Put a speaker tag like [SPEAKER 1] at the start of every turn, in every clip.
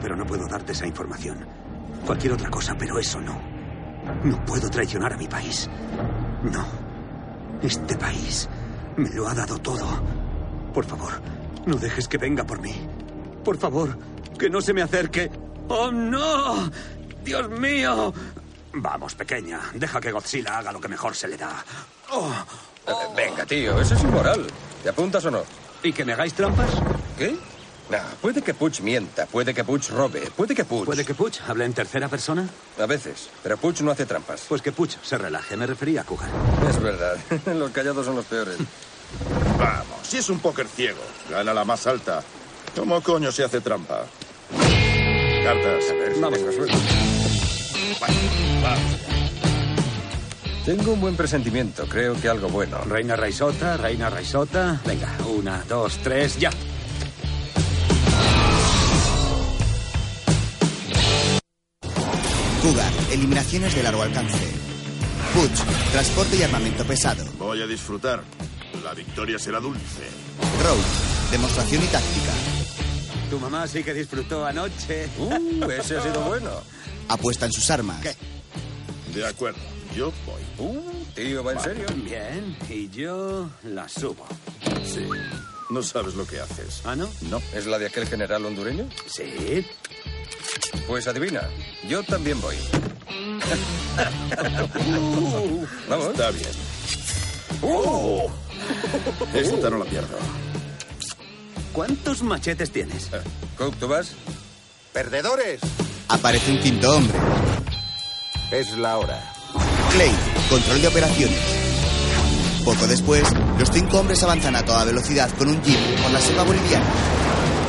[SPEAKER 1] pero no puedo darte esa información. Cualquier otra cosa, pero eso no. No puedo traicionar a mi país. No. Este país me lo ha dado todo. Por favor, no dejes que venga por mí. Por favor, que no se me acerque. ¡Oh, no! ¡Dios mío! Vamos, pequeña, deja que Godzilla haga lo que mejor se le da. Oh,
[SPEAKER 2] Eh, Venga, tío, eso es inmoral. ¿Te apuntas o no?
[SPEAKER 1] ¿Y que me hagáis trampas?
[SPEAKER 2] ¿Qué? Nah, puede que Puch mienta, puede que Puch robe, puede que Puch...
[SPEAKER 1] ¿Puede que Puch hable en tercera persona?
[SPEAKER 2] A veces, pero Puch no hace trampas.
[SPEAKER 1] Pues que Puch se relaje, me refería a Cougar.
[SPEAKER 2] Es verdad, los callados son los peores.
[SPEAKER 3] Vamos, si es un póker ciego, gana la más alta. ¿Cómo coño se hace trampa? Cartas.
[SPEAKER 2] A ver si
[SPEAKER 1] Vamos.
[SPEAKER 2] tengo suerte. Tengo un buen presentimiento, creo que algo bueno.
[SPEAKER 1] Reina Raisota, Reina Raisota. Venga, una, dos, tres, ya.
[SPEAKER 4] Cougar, eliminaciones de largo alcance. Puch, transporte y armamento pesado.
[SPEAKER 3] Voy a disfrutar. La victoria será dulce.
[SPEAKER 4] Roach, demostración y táctica.
[SPEAKER 1] Tu mamá sí que disfrutó anoche.
[SPEAKER 2] Uh, ese ha sido bueno.
[SPEAKER 4] Apuesta en sus armas.
[SPEAKER 3] De acuerdo, yo voy.
[SPEAKER 2] Uh, tío, va en serio.
[SPEAKER 1] Bien, y yo la Ah, subo.
[SPEAKER 3] Sí. No sabes lo que haces.
[SPEAKER 1] ¿Ah, no?
[SPEAKER 3] No.
[SPEAKER 2] ¿Es la de aquel general hondureño?
[SPEAKER 1] Sí.
[SPEAKER 2] Pues adivina, yo también voy. Uh, Vamos.
[SPEAKER 3] Está bien. Esta Oh. no la pierdo.
[SPEAKER 1] ¿Cuántos machetes tienes?
[SPEAKER 2] Coop, ¿tú Eh, vas?
[SPEAKER 5] Perdedores,
[SPEAKER 4] Aparece un quinto hombre.
[SPEAKER 5] es la hora.
[SPEAKER 4] Clay, control de operaciones. Poco después, los cinco hombres avanzan a toda velocidad con un jeep por la selva boliviana.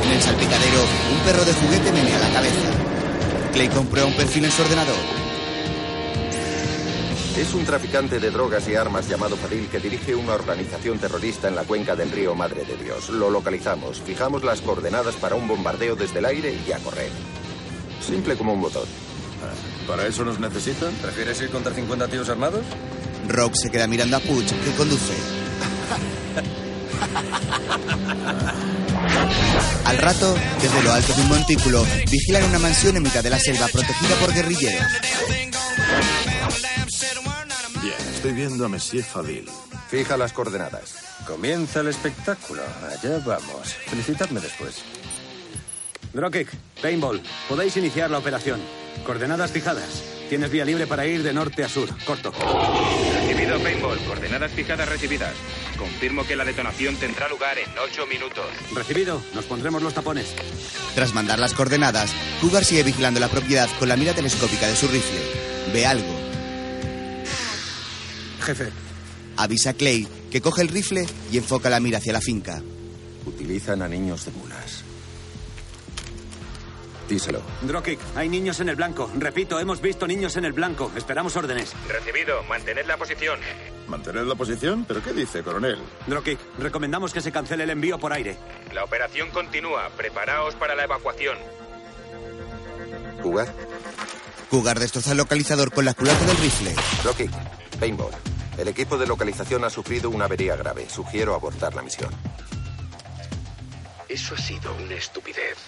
[SPEAKER 4] En el salpicadero, un perro de juguete menea la cabeza. Clay comprueba un perfil en su ordenador.
[SPEAKER 5] Es un traficante de drogas y armas llamado Fadil que dirige una organización terrorista en la cuenca del río Madre de Dios. Lo localizamos, fijamos las coordenadas para un bombardeo desde el aire y a correr. Simple como un botón.
[SPEAKER 3] Ah, ¿Para eso nos necesitan?
[SPEAKER 2] ¿Prefieres ir contra 50 tíos armados?
[SPEAKER 4] Rock se queda mirando a Puch, que conduce. Al rato, desde lo alto de un montículo, vigilan una mansión en mitad de la selva protegida por guerrilleros.
[SPEAKER 3] Bien, estoy viendo a Monsieur Fadil.
[SPEAKER 5] Fija las coordenadas.
[SPEAKER 2] Comienza el espectáculo. Allá vamos. Felicitadme después.
[SPEAKER 1] Drokik, Paintball, podéis iniciar la operación. Coordenadas fijadas. Tienes vía libre para ir de norte a sur. Corto.
[SPEAKER 6] Recibido Paintball, coordenadas fijadas recibidas. Confirmo que la detonación tendrá lugar en 8 minutos.
[SPEAKER 1] Recibido. Nos pondremos los tapones.
[SPEAKER 4] Tras mandar las coordenadas, Cougar sigue vigilando la propiedad con la mira telescópica de su rifle. Ve algo.
[SPEAKER 1] Jefe.
[SPEAKER 4] Avisa a Clay, que coge el rifle y enfoca la mira hacia la finca.
[SPEAKER 5] Utilizan a niños de mulas. Díselo.
[SPEAKER 1] Drokik, hay niños en el blanco. Repito, hemos visto niños en el blanco. Esperamos órdenes.
[SPEAKER 6] Recibido, mantened la posición.
[SPEAKER 3] ¿Mantener la posición? ¿Pero qué dice, coronel?
[SPEAKER 1] Drokik, recomendamos que se cancele el envío por aire.
[SPEAKER 6] La operación continúa, preparaos para la evacuación.
[SPEAKER 5] Jugar.
[SPEAKER 4] Cougar destroza el localizador con la culata del rifle.
[SPEAKER 5] Rocky, Paintball. El equipo de localización ha sufrido una avería grave. Sugiero abortar la misión.
[SPEAKER 7] Eso ha sido una estupidez.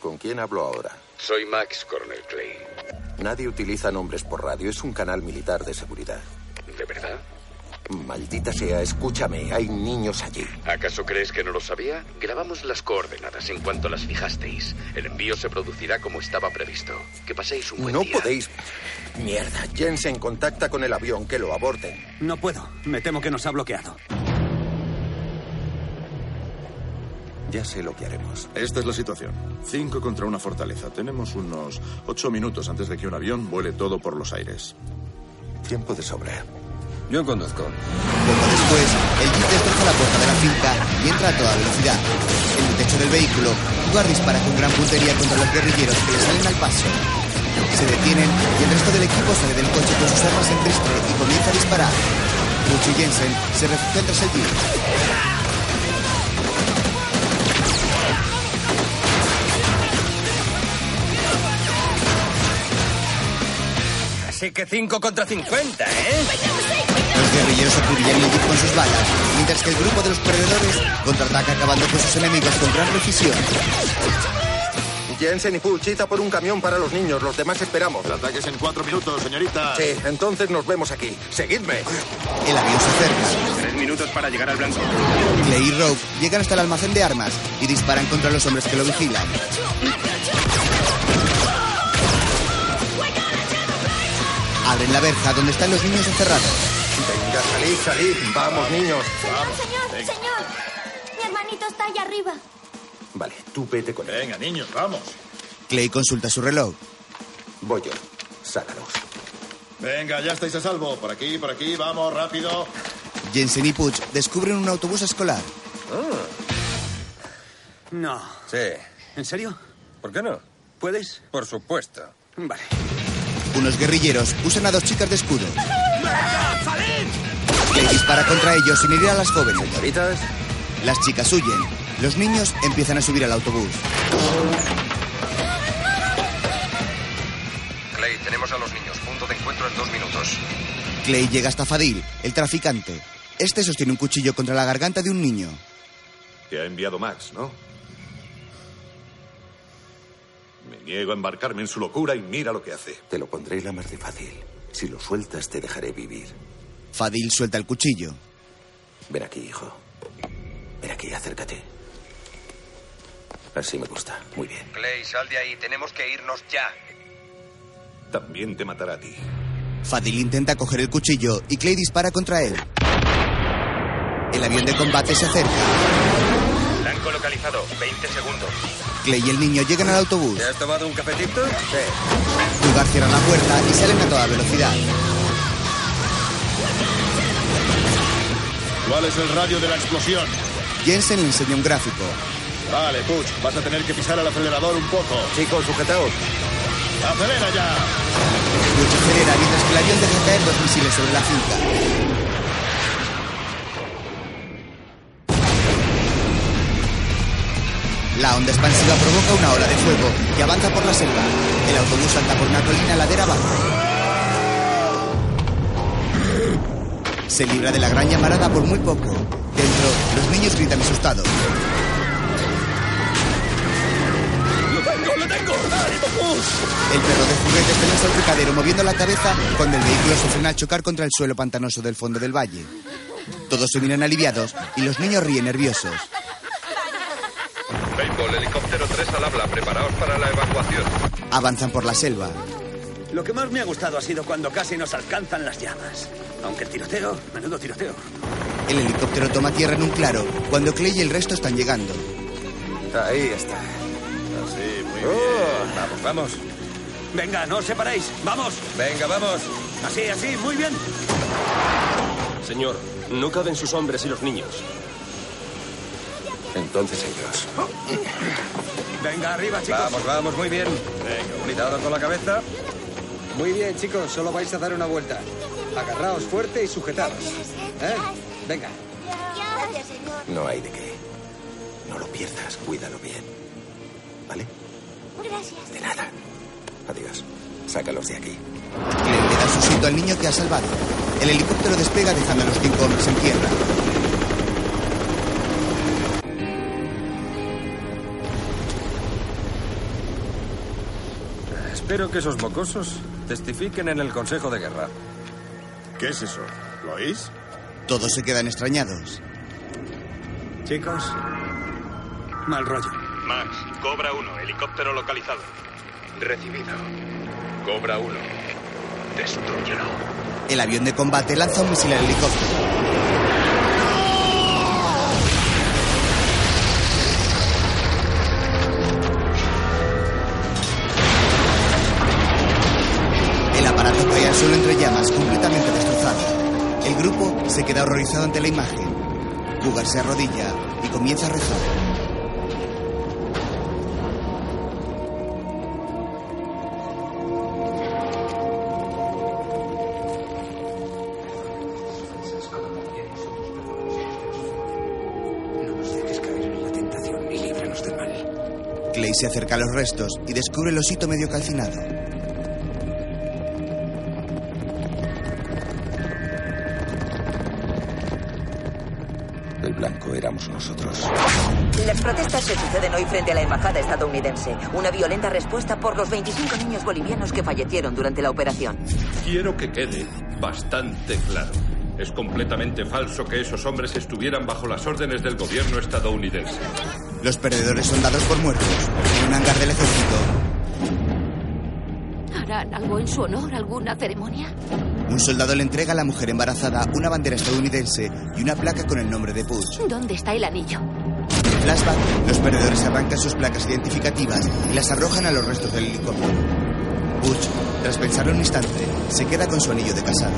[SPEAKER 5] ¿Con quién hablo ahora?
[SPEAKER 7] Soy Max Cornell Clay.
[SPEAKER 5] Nadie utiliza nombres por radio. Es un canal militar de seguridad.
[SPEAKER 7] ¿De verdad?
[SPEAKER 5] Maldita sea, escúchame. Hay niños allí.
[SPEAKER 7] ¿Acaso crees que no lo sabía? Grabamos las coordenadas en cuanto las fijasteis. El envío se producirá como estaba previsto. Que paséis un buen
[SPEAKER 5] No
[SPEAKER 7] día.
[SPEAKER 5] podéis. Mierda. Jensen contacta con el avión. Que lo aborten.
[SPEAKER 1] No puedo. Me temo que nos ha bloqueado.
[SPEAKER 5] Ya sé lo que haremos.
[SPEAKER 3] Esta es la situación. Cinco contra una fortaleza. Tenemos unos ocho minutos antes de que un avión vuele todo por los aires.
[SPEAKER 5] Tiempo de sobra.
[SPEAKER 2] Yo conduzco.
[SPEAKER 4] Poco después, el jeep destroza la puerta de la finca y entra a toda velocidad. En el techo del vehículo, Cougar dispara con gran puntería contra los guerrilleros que le salen al paso. Se detienen y el resto del equipo sale del coche con sus armas en ristre y comienza a disparar. Puch y Jensen se refugian tras el jeep.
[SPEAKER 2] Así que 5 contra 50, ¿eh?
[SPEAKER 4] Los guerrilleros acribillan el jeep con sus balas, mientras que el grupo de los perdedores contraataca acabando con sus enemigos con gran precisión.
[SPEAKER 5] Jensen y Puch, id a por un camión para los niños. Los demás esperamos.
[SPEAKER 3] El ataque es en cuatro minutos, señorita.
[SPEAKER 5] Sí, entonces nos vemos aquí. Seguidme.
[SPEAKER 4] El avión se acerca.
[SPEAKER 6] Tres minutos para llegar al blanco.
[SPEAKER 4] Clay y Rogue llegan hasta el almacén de armas y disparan contra los hombres que lo vigilan. Abren la verja donde están los niños encerrados.
[SPEAKER 5] Venga, salid, salid. Vamos, niños.
[SPEAKER 8] Señor, señor, señor. Mi hermanito está allá arriba.
[SPEAKER 5] Vale, tú vete con él.
[SPEAKER 3] Venga, niños, vamos.
[SPEAKER 4] Clay consulta su reloj.
[SPEAKER 5] Voy yo. Sácalos.
[SPEAKER 3] Venga, ya estáis a salvo. Por aquí, por aquí, vamos, rápido.
[SPEAKER 4] Jensen y Puch descubren un autobús escolar.
[SPEAKER 2] Ah.
[SPEAKER 9] No.
[SPEAKER 2] Sí.
[SPEAKER 9] ¿En serio?
[SPEAKER 2] ¿Por qué no?
[SPEAKER 9] ¿Puedes?
[SPEAKER 2] Por supuesto.
[SPEAKER 9] Vale.
[SPEAKER 4] Unos guerrilleros usan a dos chicas de escudo. Clay dispara contra ellos sin herir a las jóvenes.
[SPEAKER 5] Señoritas,
[SPEAKER 4] Las chicas huyen. Los niños empiezan a subir al autobús.
[SPEAKER 10] Clay, tenemos a los niños. Punto de encuentro en dos minutos.
[SPEAKER 4] Clay llega hasta Fadil, el traficante. Este sostiene un cuchillo contra la garganta de un niño.
[SPEAKER 11] Te ha enviado Max, ¿no? Me niego a embarcarme en su locura y mira lo que hace.
[SPEAKER 5] te lo pondré la más de fácil. Si lo sueltas, te dejaré vivir.
[SPEAKER 4] Fadil suelta el cuchillo.
[SPEAKER 5] Ven aquí, hijo. Ven aquí, acércate. Así me gusta. Muy bien.
[SPEAKER 10] Clay, sal de ahí. Tenemos que irnos ya.
[SPEAKER 11] También te matará a ti.
[SPEAKER 4] Fadil intenta coger el cuchillo y Clay dispara contra él. El avión de combate se acerca.
[SPEAKER 6] Blanco localizado. 20 segundos.
[SPEAKER 4] Clay y el niño llegan al autobús.
[SPEAKER 2] ¿Te has tomado un cafetito? Sí.
[SPEAKER 4] Lugar cierra la puerta y salen a toda velocidad.
[SPEAKER 3] ¿Cuál es el radio de la explosión?
[SPEAKER 4] Jensen le enseña un gráfico.
[SPEAKER 3] Vale, Puch, vas a tener que pisar el acelerador un poco.
[SPEAKER 5] Chicos, sujetaos.
[SPEAKER 3] ¡Acelera ya!
[SPEAKER 4] Puch acelera mientras que el avión deja caer dos misiles sobre la finca. La onda expansiva provoca una ola de fuego que avanza por la selva. El autobús salta por una colina ladera abajo. Se libra de la gran llamarada por muy poco. Dentro, los niños gritan asustados. El perro de juguete penosa al picadero moviendo la cabeza cuando el vehículo se frena al chocar contra el suelo pantanoso del fondo del valle. Todos se miran aliviados y los niños ríen nerviosos.
[SPEAKER 10] Paintball, helicóptero 3 al habla. Preparaos para la evacuación.
[SPEAKER 4] Avanzan por la selva.
[SPEAKER 9] Lo que más me ha gustado ha sido cuando casi nos alcanzan las llamas. Aunque el tiroteo, menudo tiroteo.
[SPEAKER 4] El helicóptero toma tierra en un claro cuando Clay y el resto están llegando.
[SPEAKER 5] Ahí está.
[SPEAKER 3] Sí, muy
[SPEAKER 2] Oh. Vamos, vamos.
[SPEAKER 9] Venga, no os separéis. Vamos.
[SPEAKER 2] Venga, vamos.
[SPEAKER 9] Así, así, muy bien.
[SPEAKER 12] Señor, no caben sus hombres y los niños.
[SPEAKER 5] Entonces ellos.
[SPEAKER 9] Venga, arriba, chicos.
[SPEAKER 2] Vamos, vamos, muy bien. Venga, cuidado con la cabeza.
[SPEAKER 13] Muy bien, chicos, solo vais a dar una vuelta. Agarraos fuerte y sujetados. ¿Eh? Venga.
[SPEAKER 8] Gracias, señor.
[SPEAKER 5] No hay de qué. No lo pierdas, cuídalo bien. ¿Vale?
[SPEAKER 8] Gracias.
[SPEAKER 5] De nada. Adiós. Sácalos de aquí.
[SPEAKER 4] Clay le da su sitio al niño que ha salvado. El helicóptero despega dejando a los cinco hombres en tierra.
[SPEAKER 2] Espero que esos mocosos testifiquen en el Consejo de Guerra.
[SPEAKER 3] ¿Qué es eso? ¿Lo oís?
[SPEAKER 4] Todos se quedan extrañados.
[SPEAKER 9] Chicos, mal rollo.
[SPEAKER 6] Max, Cobra 1, helicóptero localizado.
[SPEAKER 10] Recibido. Cobra 1. Destruyelo.
[SPEAKER 4] El avión de combate lanza un misil al helicóptero. El aparato cae al suelo entre llamas, completamente destrozado. El grupo se queda horrorizado ante la imagen. Cougar se arrodilla y comienza a rezar.
[SPEAKER 9] No nos dejes caer en la tentación y líbranos del mal.
[SPEAKER 4] Clay se acerca a los restos y descubre el osito medio calcinado.
[SPEAKER 5] El blanco éramos nosotros.
[SPEAKER 14] Las protestas se suceden hoy frente a la embajada estadounidense. Una violenta respuesta por los 25 niños bolivianos que fallecieron durante la operación.
[SPEAKER 15] Quiero que quede bastante claro. Es completamente falso que esos hombres estuvieran bajo las órdenes del gobierno estadounidense.
[SPEAKER 4] Los perdedores son dados por muertos en un hangar del ejército.
[SPEAKER 16] ¿Harán algo en su honor? ¿Alguna ceremonia?
[SPEAKER 4] Un soldado le entrega a la mujer embarazada una bandera estadounidense y una placa con el nombre de Bush.
[SPEAKER 16] ¿Dónde está el anillo?
[SPEAKER 4] En flashback, los perdedores arrancan sus placas identificativas y las arrojan a los restos del helicóptero. Butch, tras pensarlo un instante, se queda con su anillo de casado.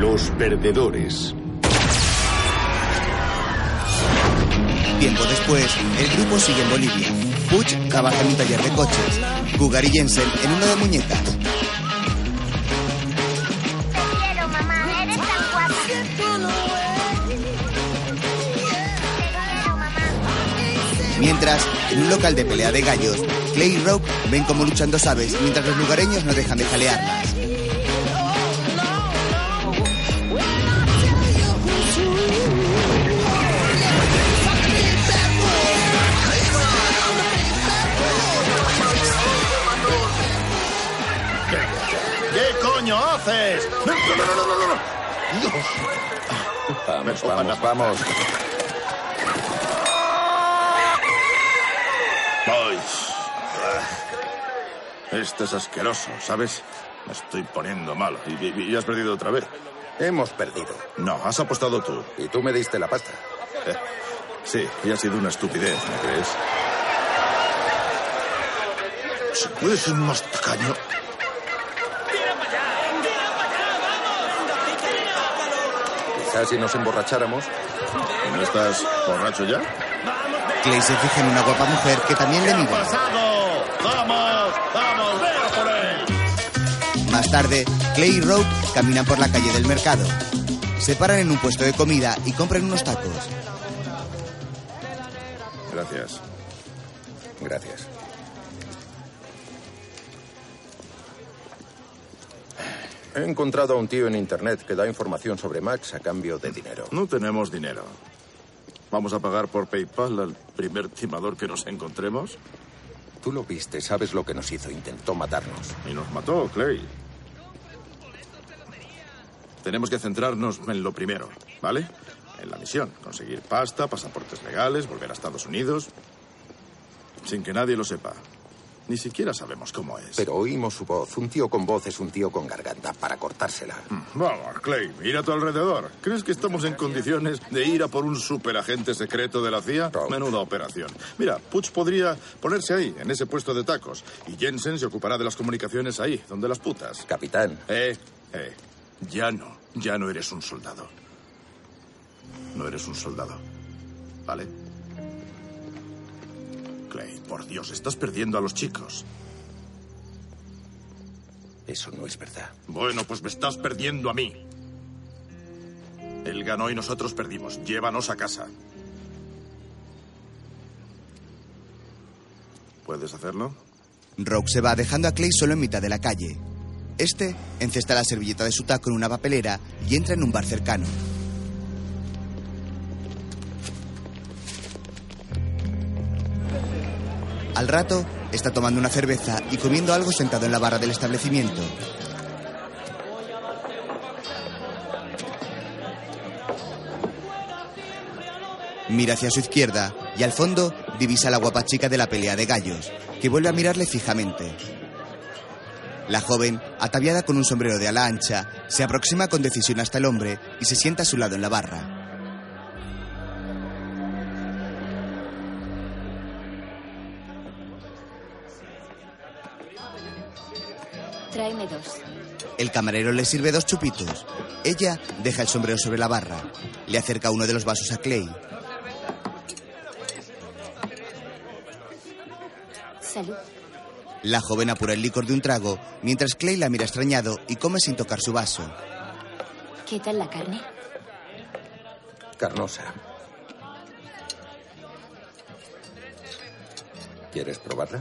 [SPEAKER 7] Los perdedores.
[SPEAKER 4] Tiempo después, el grupo sigue en Bolivia. Puch trabaja en un taller de coches. Cougar y Jensen en uno de muñecas.
[SPEAKER 8] quiero, mamá. Eres tan guapa.
[SPEAKER 4] Mientras, en un local de pelea de gallos, Clay y Rope ven cómo luchan dos aves mientras los lugareños no dejan de jalearlas.
[SPEAKER 3] ¿Qué coño haces? No, no, no, no, no, no, no. Dios.
[SPEAKER 5] Vamos, vamos, vamos.
[SPEAKER 3] Ay. Ah. Esto es asqueroso, ¿sabes? Me estoy poniendo mal. Y, y- y has perdido otra vez.
[SPEAKER 5] Hemos perdido.
[SPEAKER 3] No, has apostado tú.
[SPEAKER 5] Y tú me diste la pasta.
[SPEAKER 3] Eh, Sí, y ha sido una estupidez, ¿no crees? Si puedes ser más tacaño.
[SPEAKER 5] Quizás si nos emborracháramos.
[SPEAKER 3] ¿No estás borracho ya?
[SPEAKER 4] Clay se fija en una guapa mujer que también le mira.
[SPEAKER 3] ¡Pasado! ¡Vamos! ¡Vamos! ¡Venga por él!
[SPEAKER 4] Más tarde, Clay y Rope caminan por la calle del mercado. Se paran en un puesto de comida y compran unos tacos.
[SPEAKER 3] Gracias.
[SPEAKER 5] Gracias. He encontrado a un tío en internet que da información sobre Max a cambio de dinero.
[SPEAKER 3] No tenemos dinero. ¿Vamos a pagar por PayPal al primer timador que nos encontremos?
[SPEAKER 5] Tú lo viste, sabes lo que nos hizo. Intentó matarnos.
[SPEAKER 3] Y nos mató, Clay. Tenemos que centrarnos en lo primero, ¿vale? En la misión. Conseguir pasta, pasaportes legales, volver a Estados Unidos. Sin que nadie lo sepa. Ni siquiera sabemos cómo es.
[SPEAKER 5] Pero oímos su voz. Un tío con voz es un tío con garganta para cortársela.
[SPEAKER 3] Vamos, Clay, mira a tu alrededor. ¿Crees que estamos en condiciones de ir a por un superagente secreto de la CIA? Menuda operación. Mira, Putz podría ponerse ahí, en ese puesto de tacos. Y Jensen se ocupará de las comunicaciones ahí, donde las putas.
[SPEAKER 5] Capitán.
[SPEAKER 3] Eh, eh. Ya no, ya no eres un soldado. No eres un soldado. ¿Vale? Clay, por Dios, estás perdiendo a los chicos.
[SPEAKER 5] Eso no es verdad.
[SPEAKER 3] Bueno, pues me estás perdiendo a mí. Él ganó y nosotros perdimos. Llévanos a casa. ¿Puedes hacerlo?
[SPEAKER 4] Rogue se va dejando a Clay solo en mitad de la calle. Este encesta la servilleta de su taco en una papelera y entra en un bar cercano. Al rato, está tomando una cerveza y comiendo algo sentado en la barra del establecimiento. Mira hacia su izquierda y al fondo divisa a la guapa chica de la pelea de gallos, que vuelve a mirarle fijamente. La joven, ataviada con un sombrero de ala ancha, se aproxima con decisión hasta el hombre y se sienta a su lado en la barra.
[SPEAKER 16] Tráeme dos.
[SPEAKER 4] El camarero le sirve dos chupitos. Ella deja el sombrero sobre la barra. Le acerca uno de los vasos a Clay.
[SPEAKER 16] Salud.
[SPEAKER 4] La joven apura el licor de un trago, mientras Clay la mira extrañado y come sin tocar su vaso.
[SPEAKER 16] ¿Qué tal la carne?
[SPEAKER 5] Carnosa.
[SPEAKER 2] ¿Quieres probarla?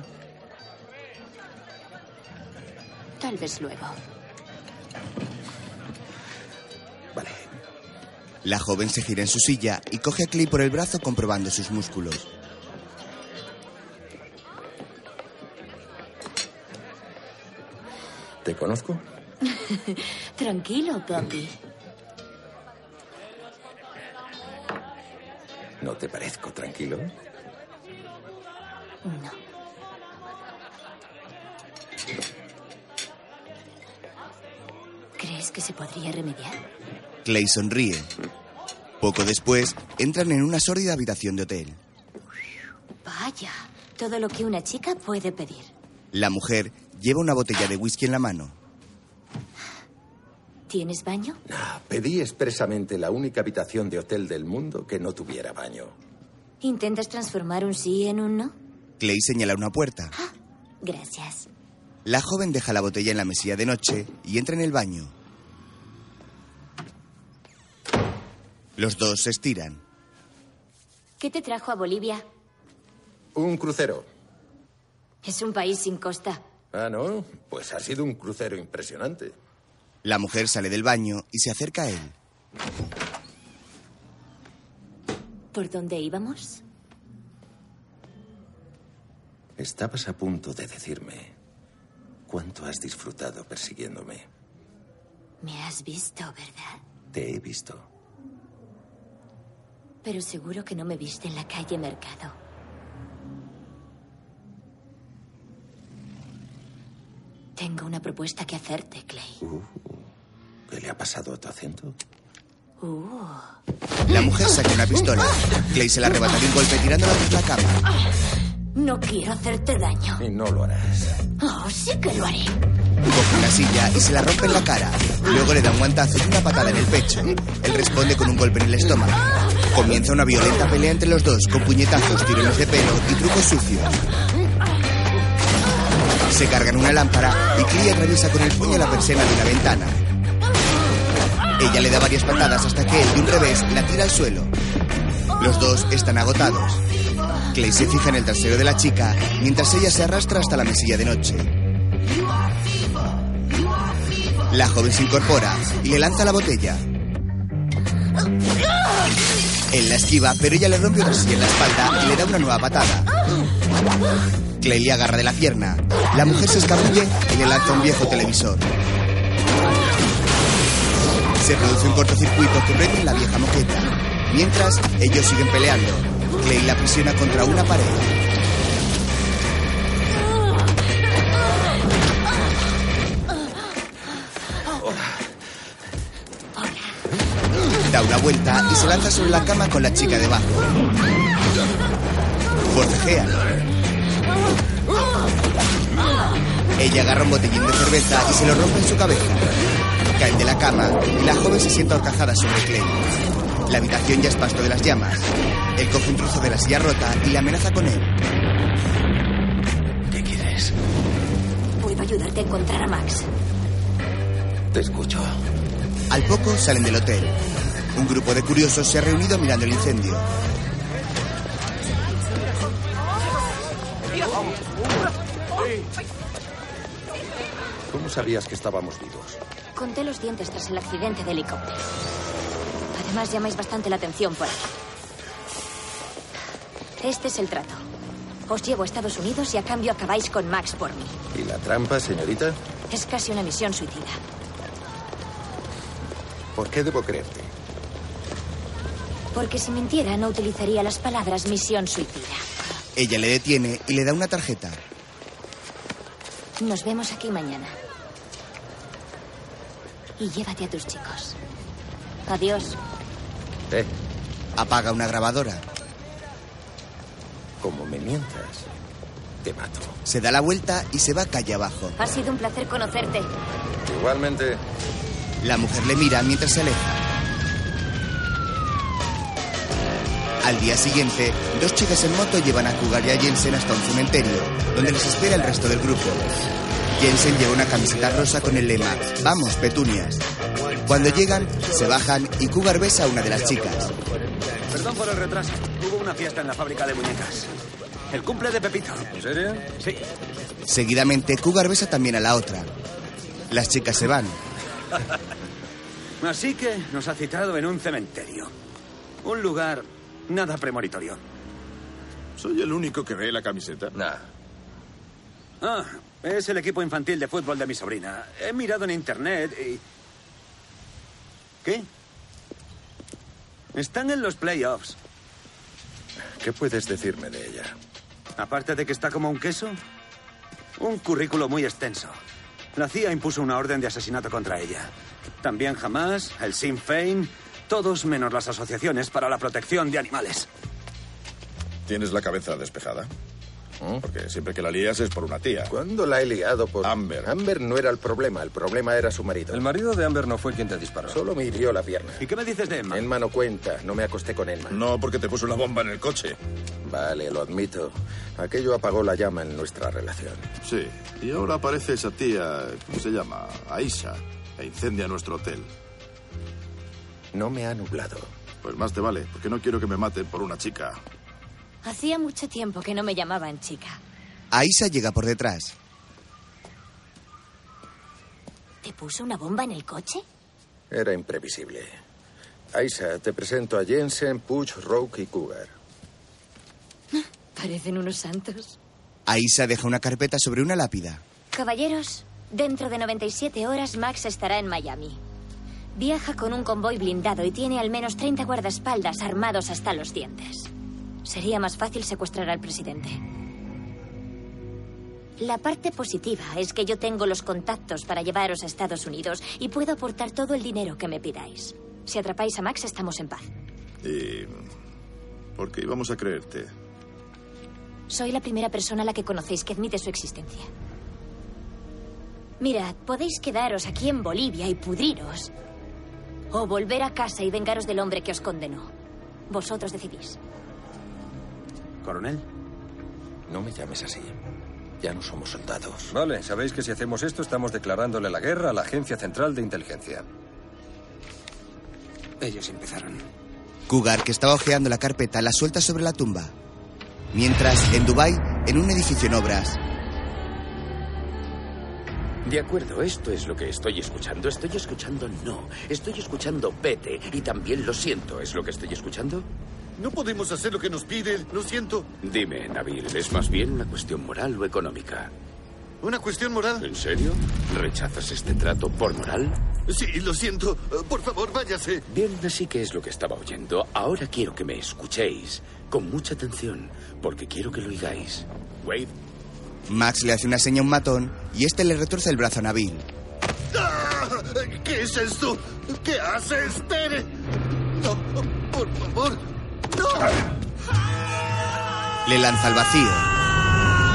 [SPEAKER 16] Tal vez luego.
[SPEAKER 4] La joven se gira en su silla y coge a Clay por el brazo comprobando sus músculos.
[SPEAKER 2] ¿Te conozco?
[SPEAKER 16] Tranquilo, Bobby.
[SPEAKER 2] No te parezco tranquilo.
[SPEAKER 16] No. ¿Crees que se podría remediar?
[SPEAKER 4] Clay sonríe. Poco después, entran en una sórdida habitación de hotel.
[SPEAKER 16] Vaya, todo lo que una chica puede pedir.
[SPEAKER 4] La mujer lleva una botella de whisky en la mano.
[SPEAKER 16] ¿Tienes baño?
[SPEAKER 5] Pedí expresamente la única habitación de hotel del mundo que no tuviera baño.
[SPEAKER 16] ¿Intentas transformar un sí en un no?
[SPEAKER 4] Clay señala una puerta.
[SPEAKER 16] Gracias.
[SPEAKER 4] La joven deja la botella en la mesilla de noche y entra en el baño. Los dos se estiran.
[SPEAKER 16] ¿Qué te trajo a Bolivia?
[SPEAKER 5] Un crucero.
[SPEAKER 16] Es un país sin costa.
[SPEAKER 5] Ah, ¿no? Pues ha sido un crucero impresionante.
[SPEAKER 4] La mujer sale del baño y se acerca a él.
[SPEAKER 16] ¿Por dónde íbamos?
[SPEAKER 5] Estabas a punto de decirme cuánto has disfrutado persiguiéndome.
[SPEAKER 16] Me has visto, ¿verdad?
[SPEAKER 5] Te he visto.
[SPEAKER 16] Pero seguro que no me viste en la calle Mercado. Tengo una propuesta que hacerte, Clay.
[SPEAKER 5] Uh, ¿Qué le ha pasado a tu acento?
[SPEAKER 16] Uh,
[SPEAKER 4] La mujer saca una pistola. Clay se la arrebata de un golpe tirándola por la cama.
[SPEAKER 16] no quiero hacerte daño.
[SPEAKER 5] Y no lo harás.
[SPEAKER 16] Oh, sí que lo haré.
[SPEAKER 4] Coge una silla y se la rompe en la cara. Luego le da un guantazo y una patada en el pecho. Él responde con un golpe en el estómago. Comienza una violenta pelea entre los dos con puñetazos, tirones de pelo y trucos sucios. Se cargan una lámpara y Clay atraviesa con el puño la persiana de una ventana. Ella le da varias patadas hasta que él, de un revés, la tira al suelo. Los dos están agotados. Clay se fija en el trasero de la chica mientras ella se arrastra hasta la mesilla de noche. La joven se incorpora y le lanza la botella. Él la esquiva, pero ella le rompe otra silla en la espalda y le da una nueva patada. Clay le agarra de la pierna. La mujer se escabulle y le lanza un viejo televisor. Se produce un cortocircuito que prende en la vieja moqueta. Mientras, ellos siguen peleando. Clay la presiona contra una pared. Da una vuelta y se lanza sobre la cama con la chica debajo. Forcejean. Ella agarra un botellín de cerveza y se lo rompe en su cabeza. Caen de la cama y la joven se sienta horcajada sobre Clay. La habitación ya es pasto de las llamas. Él coge un trozo de la silla rota y la amenaza con él.
[SPEAKER 5] ¿Qué quieres?
[SPEAKER 16] Puedo ayudarte a encontrar a Max.
[SPEAKER 5] Te escucho.
[SPEAKER 4] Al poco salen del hotel. Un grupo de curiosos se ha reunido mirando el incendio.
[SPEAKER 5] ¿Cómo sabías que estábamos vivos?
[SPEAKER 16] Conté los dientes tras el accidente de helicóptero. Además, llamáis bastante la atención por aquí. Este es el trato. Os llevo a Estados Unidos y a cambio acabáis con Max por mí.
[SPEAKER 5] ¿Y la trampa, señorita?
[SPEAKER 16] Es casi una misión suicida.
[SPEAKER 5] ¿Por qué debo creerte?
[SPEAKER 16] Porque si mintiera no utilizaría las palabras misión suicida.
[SPEAKER 4] Ella le detiene y le da una tarjeta.
[SPEAKER 16] Nos vemos aquí mañana. Y llévate a tus chicos. Adiós.
[SPEAKER 5] Eh.
[SPEAKER 4] Apaga una grabadora.
[SPEAKER 5] Como me mientas, te mato.
[SPEAKER 4] Se da la vuelta y se va calle abajo.
[SPEAKER 16] Ha sido un placer conocerte.
[SPEAKER 5] Igualmente.
[SPEAKER 4] La mujer le mira mientras se aleja. Al día siguiente, dos chicas en moto llevan a Cougar y a Jensen hasta un cementerio, donde les espera el resto del grupo. Jensen lleva una camiseta rosa con el lema Vamos, petunias. Cuando llegan, se bajan y Cougar besa a una de las chicas.
[SPEAKER 7] Perdón por el retraso. Hubo una fiesta en la fábrica de muñecas.
[SPEAKER 9] El cumple de Pepito. ¿En serio? Sí.
[SPEAKER 4] Seguidamente, Cougar besa también a la otra. Las chicas se van.
[SPEAKER 9] Así que nos ha citado en un cementerio. Un lugar nada premonitorio.
[SPEAKER 3] ¿Soy el único que ve la camiseta?
[SPEAKER 2] Nah.
[SPEAKER 9] Ah, es el equipo infantil de fútbol de mi sobrina. He mirado en internet y. ¿Qué? Están en los playoffs.
[SPEAKER 2] ¿Qué puedes decirme de ella?
[SPEAKER 9] Aparte de que está como un queso, un currículo muy extenso. La CIA impuso una orden de asesinato contra ella. También jamás, el Sinn Féin, todos menos las asociaciones para la protección de animales.
[SPEAKER 3] ¿Tienes la cabeza despejada?
[SPEAKER 5] ¿Oh?
[SPEAKER 3] Porque siempre que la lías es por una tía.
[SPEAKER 5] ¿Cuándo la he liado por Amber? Amber no era el problema, el problema era su marido.
[SPEAKER 2] El marido de Amber no fue quien te disparó.
[SPEAKER 5] Solo me hirió la pierna.
[SPEAKER 9] ¿Y qué me dices de Emma?
[SPEAKER 5] Emma no cuenta, no me acosté con Emma.
[SPEAKER 3] No, porque te puso una bomba en el coche.
[SPEAKER 5] Vale, lo admito. Aquello apagó la llama en nuestra relación.
[SPEAKER 3] Sí, y ahora aparece esa tía, ¿cómo se llama? Aisha, e incendia nuestro hotel.
[SPEAKER 5] No me ha nublado.
[SPEAKER 3] Pues más te vale, porque no quiero que me maten por una chica.
[SPEAKER 16] Hacía mucho tiempo que no me llamaban chica.
[SPEAKER 4] Aisa llega por detrás.
[SPEAKER 16] ¿Te puso una bomba en el coche?
[SPEAKER 5] Era imprevisible. Aisa, te presento a Jensen, Puch, Rogue y Cougar.
[SPEAKER 16] Parecen unos santos.
[SPEAKER 4] Aisa deja una carpeta sobre una lápida.
[SPEAKER 16] Caballeros, dentro de 97 horas Max estará en Miami. Viaja con un convoy blindado y tiene al menos 30 guardaespaldas armados hasta los dientes. Sería más fácil secuestrar al presidente. La parte positiva es que yo tengo los contactos para llevaros a Estados Unidos y puedo aportar todo el dinero que me pidáis. Si atrapáis a Max, estamos en paz.
[SPEAKER 3] ¿Y por qué íbamos a creerte?
[SPEAKER 16] Soy la primera persona a la que conocéis que admite su existencia. Mirad, podéis quedaros aquí en Bolivia y pudriros. O volver a casa y vengaros del hombre que os condenó. Vosotros decidís.
[SPEAKER 9] Coronel.
[SPEAKER 5] No me llames así. Ya no somos soldados.
[SPEAKER 2] Vale, sabéis que si hacemos esto estamos declarándole la guerra a la Agencia Central de Inteligencia.
[SPEAKER 9] Ellos empezaron.
[SPEAKER 4] Cougar, que estaba ojeando la carpeta, la suelta sobre la tumba. Mientras, en Dubai, en un edificio en obras.
[SPEAKER 7] De acuerdo, esto es lo que estoy escuchando. Estoy escuchando no. Estoy escuchando vete. Y también lo siento. ¿Es lo que estoy escuchando?
[SPEAKER 11] No podemos hacer lo que nos pide, lo siento.
[SPEAKER 7] Dime, Nabil, ¿es más bien una cuestión moral o económica?
[SPEAKER 11] ¿Una cuestión moral?
[SPEAKER 7] ¿En serio? ¿Rechazas este trato por moral?
[SPEAKER 11] Sí, lo siento. Por favor, váyase.
[SPEAKER 7] Bien, así que es lo que estaba oyendo. Ahora quiero que me escuchéis con mucha atención, porque quiero que lo oigáis. Wade.
[SPEAKER 4] Max le hace una seña a un matón y este le retorce el brazo a Nabil.
[SPEAKER 11] ¡Ah! ¿Qué es esto? ¿Qué haces, Tere? No, por favor. ¡No!
[SPEAKER 4] Le lanza al vacío.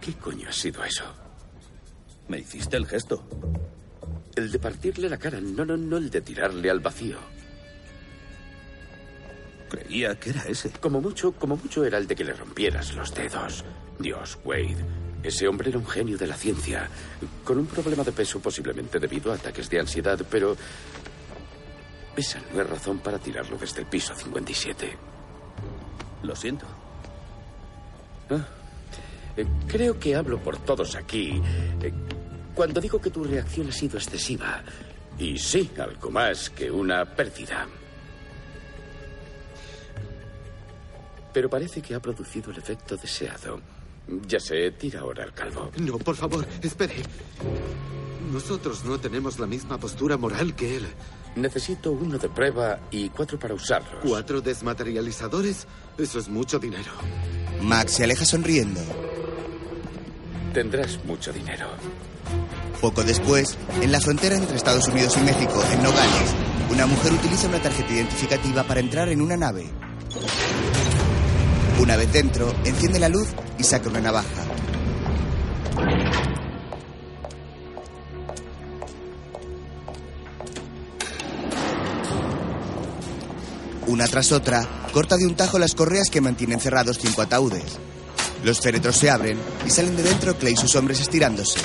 [SPEAKER 7] ¿Qué coño ha sido eso?
[SPEAKER 2] Me hiciste el gesto.
[SPEAKER 7] El de partirle la cara, no, no, no, el de tirarle al vacío.
[SPEAKER 2] Creía que era ese.
[SPEAKER 7] Como mucho, como mucho era el de que le rompieras los dedos. Dios, Wade, ese hombre era un genio de la ciencia, con un problema de peso posiblemente debido a ataques de ansiedad, pero esa no es razón para tirarlo desde el piso 57.
[SPEAKER 2] Lo siento.
[SPEAKER 7] Ah, eh, creo que hablo por todos aquí eh, cuando digo que tu reacción ha sido excesiva. Y sí, algo más que una pérdida. Pero parece que ha producido el efecto deseado. Ya sé, tira ahora al calvo.
[SPEAKER 17] No, por favor, espere. Nosotros no tenemos la misma postura moral que él.
[SPEAKER 7] Necesito uno de prueba y cuatro para usarlos.
[SPEAKER 17] ¿Cuatro desmaterializadores? Eso es mucho dinero.
[SPEAKER 4] Max se aleja sonriendo.
[SPEAKER 7] Tendrás mucho dinero.
[SPEAKER 4] Poco después, en la frontera entre Estados Unidos y México, en Nogales, una mujer utiliza una tarjeta identificativa para entrar en una nave. Una vez dentro, enciende la luz y saca una navaja. Una tras otra, corta de un tajo las correas que mantienen cerrados cinco ataúdes. Los féretros se abren y salen de dentro Clay y sus hombres estirándose.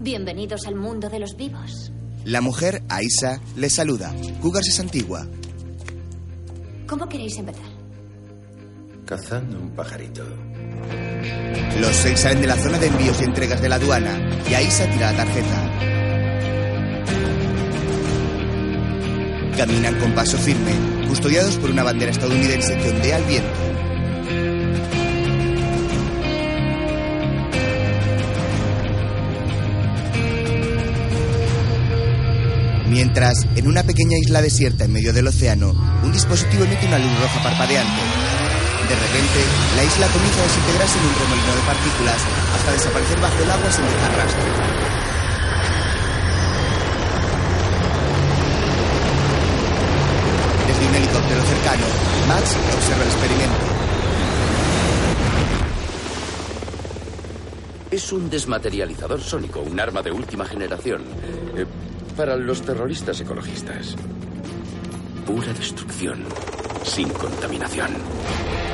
[SPEAKER 10] Bienvenidos al mundo de los vivos.
[SPEAKER 4] La mujer, Aisa, les saluda. Cougar se santigua.
[SPEAKER 10] ¿Cómo queréis empezar?
[SPEAKER 2] Cazando un pajarito.
[SPEAKER 4] Los seis salen de la zona de envíos y entregas de la aduana y Aisa tira la tarjeta. Caminan con paso firme, custodiados por una bandera estadounidense que ondea al viento. Mientras, en una pequeña isla desierta en medio del océano, un dispositivo emite una luz roja parpadeante. De repente, la isla comienza a desintegrarse en un remolino de partículas hasta desaparecer bajo el agua sin dejar rastro. Desde un helicóptero cercano, Max observa el experimento.
[SPEAKER 7] Es un desmaterializador sónico, un arma de última generación. eh, para los terroristas ecologistas. Pura destrucción, sin contaminación.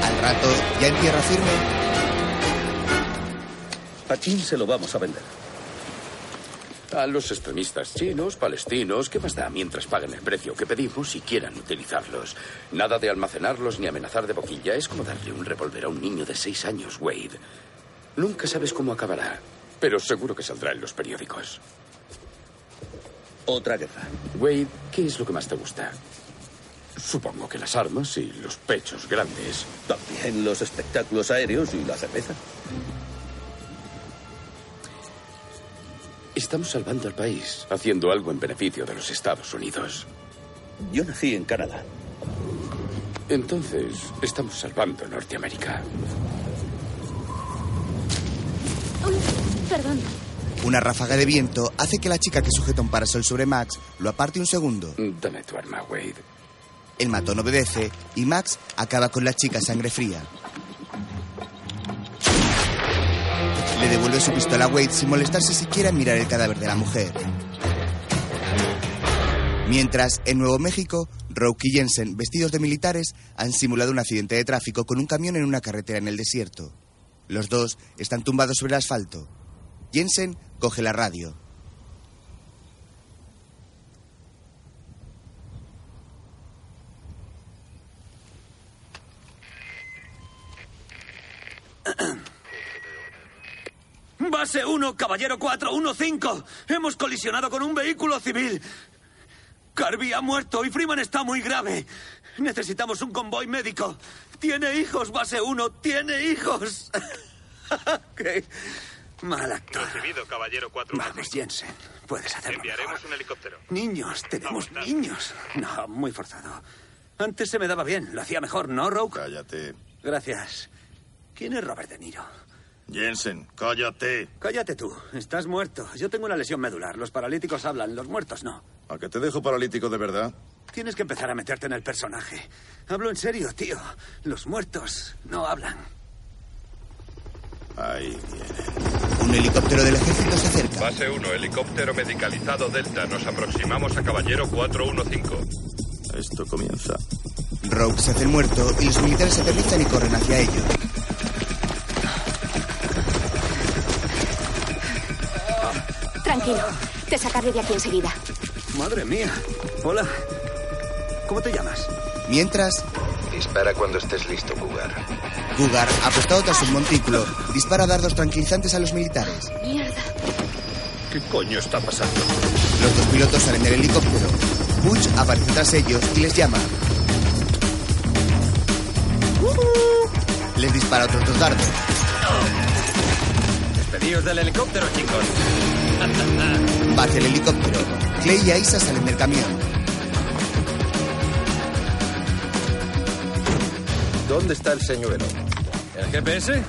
[SPEAKER 4] Al rato, ya en tierra firme.
[SPEAKER 7] A Chin se lo vamos a vender. A los extremistas chinos, palestinos, ¿qué más da mientras paguen el precio que pedimos y quieran utilizarlos? Nada de almacenarlos ni amenazar de boquilla. Es como darle un revólver a un niño de seis años, Wade. Nunca sabes cómo acabará, pero seguro que saldrá en los periódicos. Otra guerra. Wade, ¿qué es lo que más te gusta? Supongo que las armas y los pechos grandes. También los espectáculos aéreos y la cerveza. Estamos salvando al país, haciendo algo en beneficio de los Estados Unidos. Yo nací en Canadá. Entonces, estamos salvando Norteamérica.
[SPEAKER 10] Uy, perdón.
[SPEAKER 4] Una ráfaga de viento hace que la chica que sujeta un parasol sobre Max lo aparte un segundo.
[SPEAKER 7] Dame tu arma, Wade.
[SPEAKER 4] El matón obedece y Max acaba con la chica sangre fría. Le devuelve su pistola a Wade sin molestarse siquiera en mirar el cadáver de la mujer. Mientras, en Nuevo México, Rourke y Jensen, vestidos de militares, han simulado un accidente de tráfico con un camión en una carretera en el desierto. Los dos están tumbados sobre el asfalto. Jensen coge la radio.
[SPEAKER 1] Base 1, caballero 415. Hemos colisionado con un vehículo civil. Carby ha muerto y Freeman está muy grave. Necesitamos un convoy médico. Tiene hijos, base 1. Tiene hijos. Qué Mal actor.
[SPEAKER 18] Recibido, caballero 4.
[SPEAKER 1] Vamos, Jensen. Puedes hacerlo.
[SPEAKER 18] Enviaremos un helicóptero.
[SPEAKER 1] Niños, tenemos niños. No, muy forzado. Antes se me daba bien, lo hacía mejor, ¿no, Rogue?
[SPEAKER 3] Cállate.
[SPEAKER 1] Gracias. ¿Quién es Robert De Niro?
[SPEAKER 3] Jensen, cállate.
[SPEAKER 1] Cállate tú, estás muerto. Yo tengo una lesión medular. Los paralíticos hablan, los muertos no.
[SPEAKER 3] ¿A que te dejo paralítico de verdad?
[SPEAKER 1] Tienes que empezar a meterte en el personaje. Hablo en serio, tío. Los muertos no hablan.
[SPEAKER 3] Ahí
[SPEAKER 4] Un helicóptero del ejército se acerca.
[SPEAKER 5] Base 1, helicóptero medicalizado Delta. Nos aproximamos a Caballero 415.
[SPEAKER 3] Esto comienza.
[SPEAKER 4] Rogue se hace el muerto y los militares se aterrizan y corren hacia ellos.
[SPEAKER 16] Tranquilo, te sacaré de aquí enseguida.
[SPEAKER 1] Madre mía. Hola. ¿Cómo te llamas?
[SPEAKER 4] Mientras,
[SPEAKER 19] Dispara cuando estés listo, jugar.
[SPEAKER 4] Cougar, apostado tras un montículo, dispara dardos tranquilizantes a los militares.
[SPEAKER 16] Mierda.
[SPEAKER 5] ¿Qué coño está pasando?
[SPEAKER 4] Los dos pilotos salen del helicóptero. Butch aparece tras ellos y les llama. Les dispara otros dos dardos.
[SPEAKER 2] Despedidos del helicóptero, chicos.
[SPEAKER 4] Va hacia el helicóptero. Clay y Aisa salen del camión.
[SPEAKER 19] ¿Dónde está el señuelo?
[SPEAKER 2] ¿El GPS?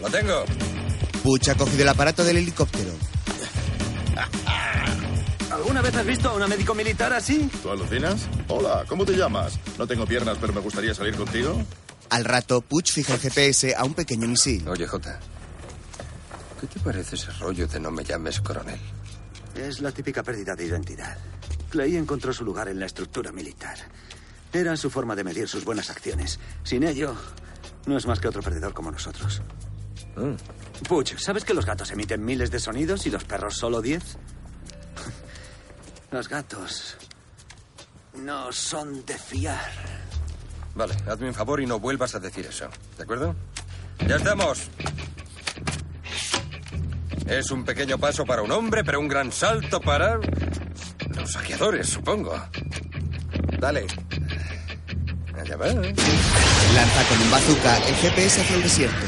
[SPEAKER 2] Lo tengo.
[SPEAKER 4] Butch ha cogido el aparato del helicóptero.
[SPEAKER 1] ¿Alguna vez has visto a una médico militar así?
[SPEAKER 3] ¿Tú alucinas? Hola, ¿cómo te llamas? No tengo piernas, pero me gustaría salir contigo.
[SPEAKER 4] Al rato, Butch fija el GPS a un pequeño misil.
[SPEAKER 2] Oye, Jota. ¿Qué te parece ese rollo de no me llames coronel?
[SPEAKER 1] Es la típica pérdida de identidad. Clay encontró su lugar en la estructura militar. Era su forma de medir sus buenas acciones. Sin ello, no es más que otro perdedor como nosotros.
[SPEAKER 11] Mm.
[SPEAKER 20] Puch, ¿sabes que los gatos emiten miles de sonidos y los perros solo diez? Los gatos no son de fiar.
[SPEAKER 2] Vale, hazme un favor y no vuelvas a decir eso. ¿De acuerdo? ¡Ya estamos! Es un pequeño paso para un hombre, pero un gran salto para. los saqueadores, supongo. Dale. Allá va.
[SPEAKER 4] Lanza con un bazooka el GPS hacia el desierto.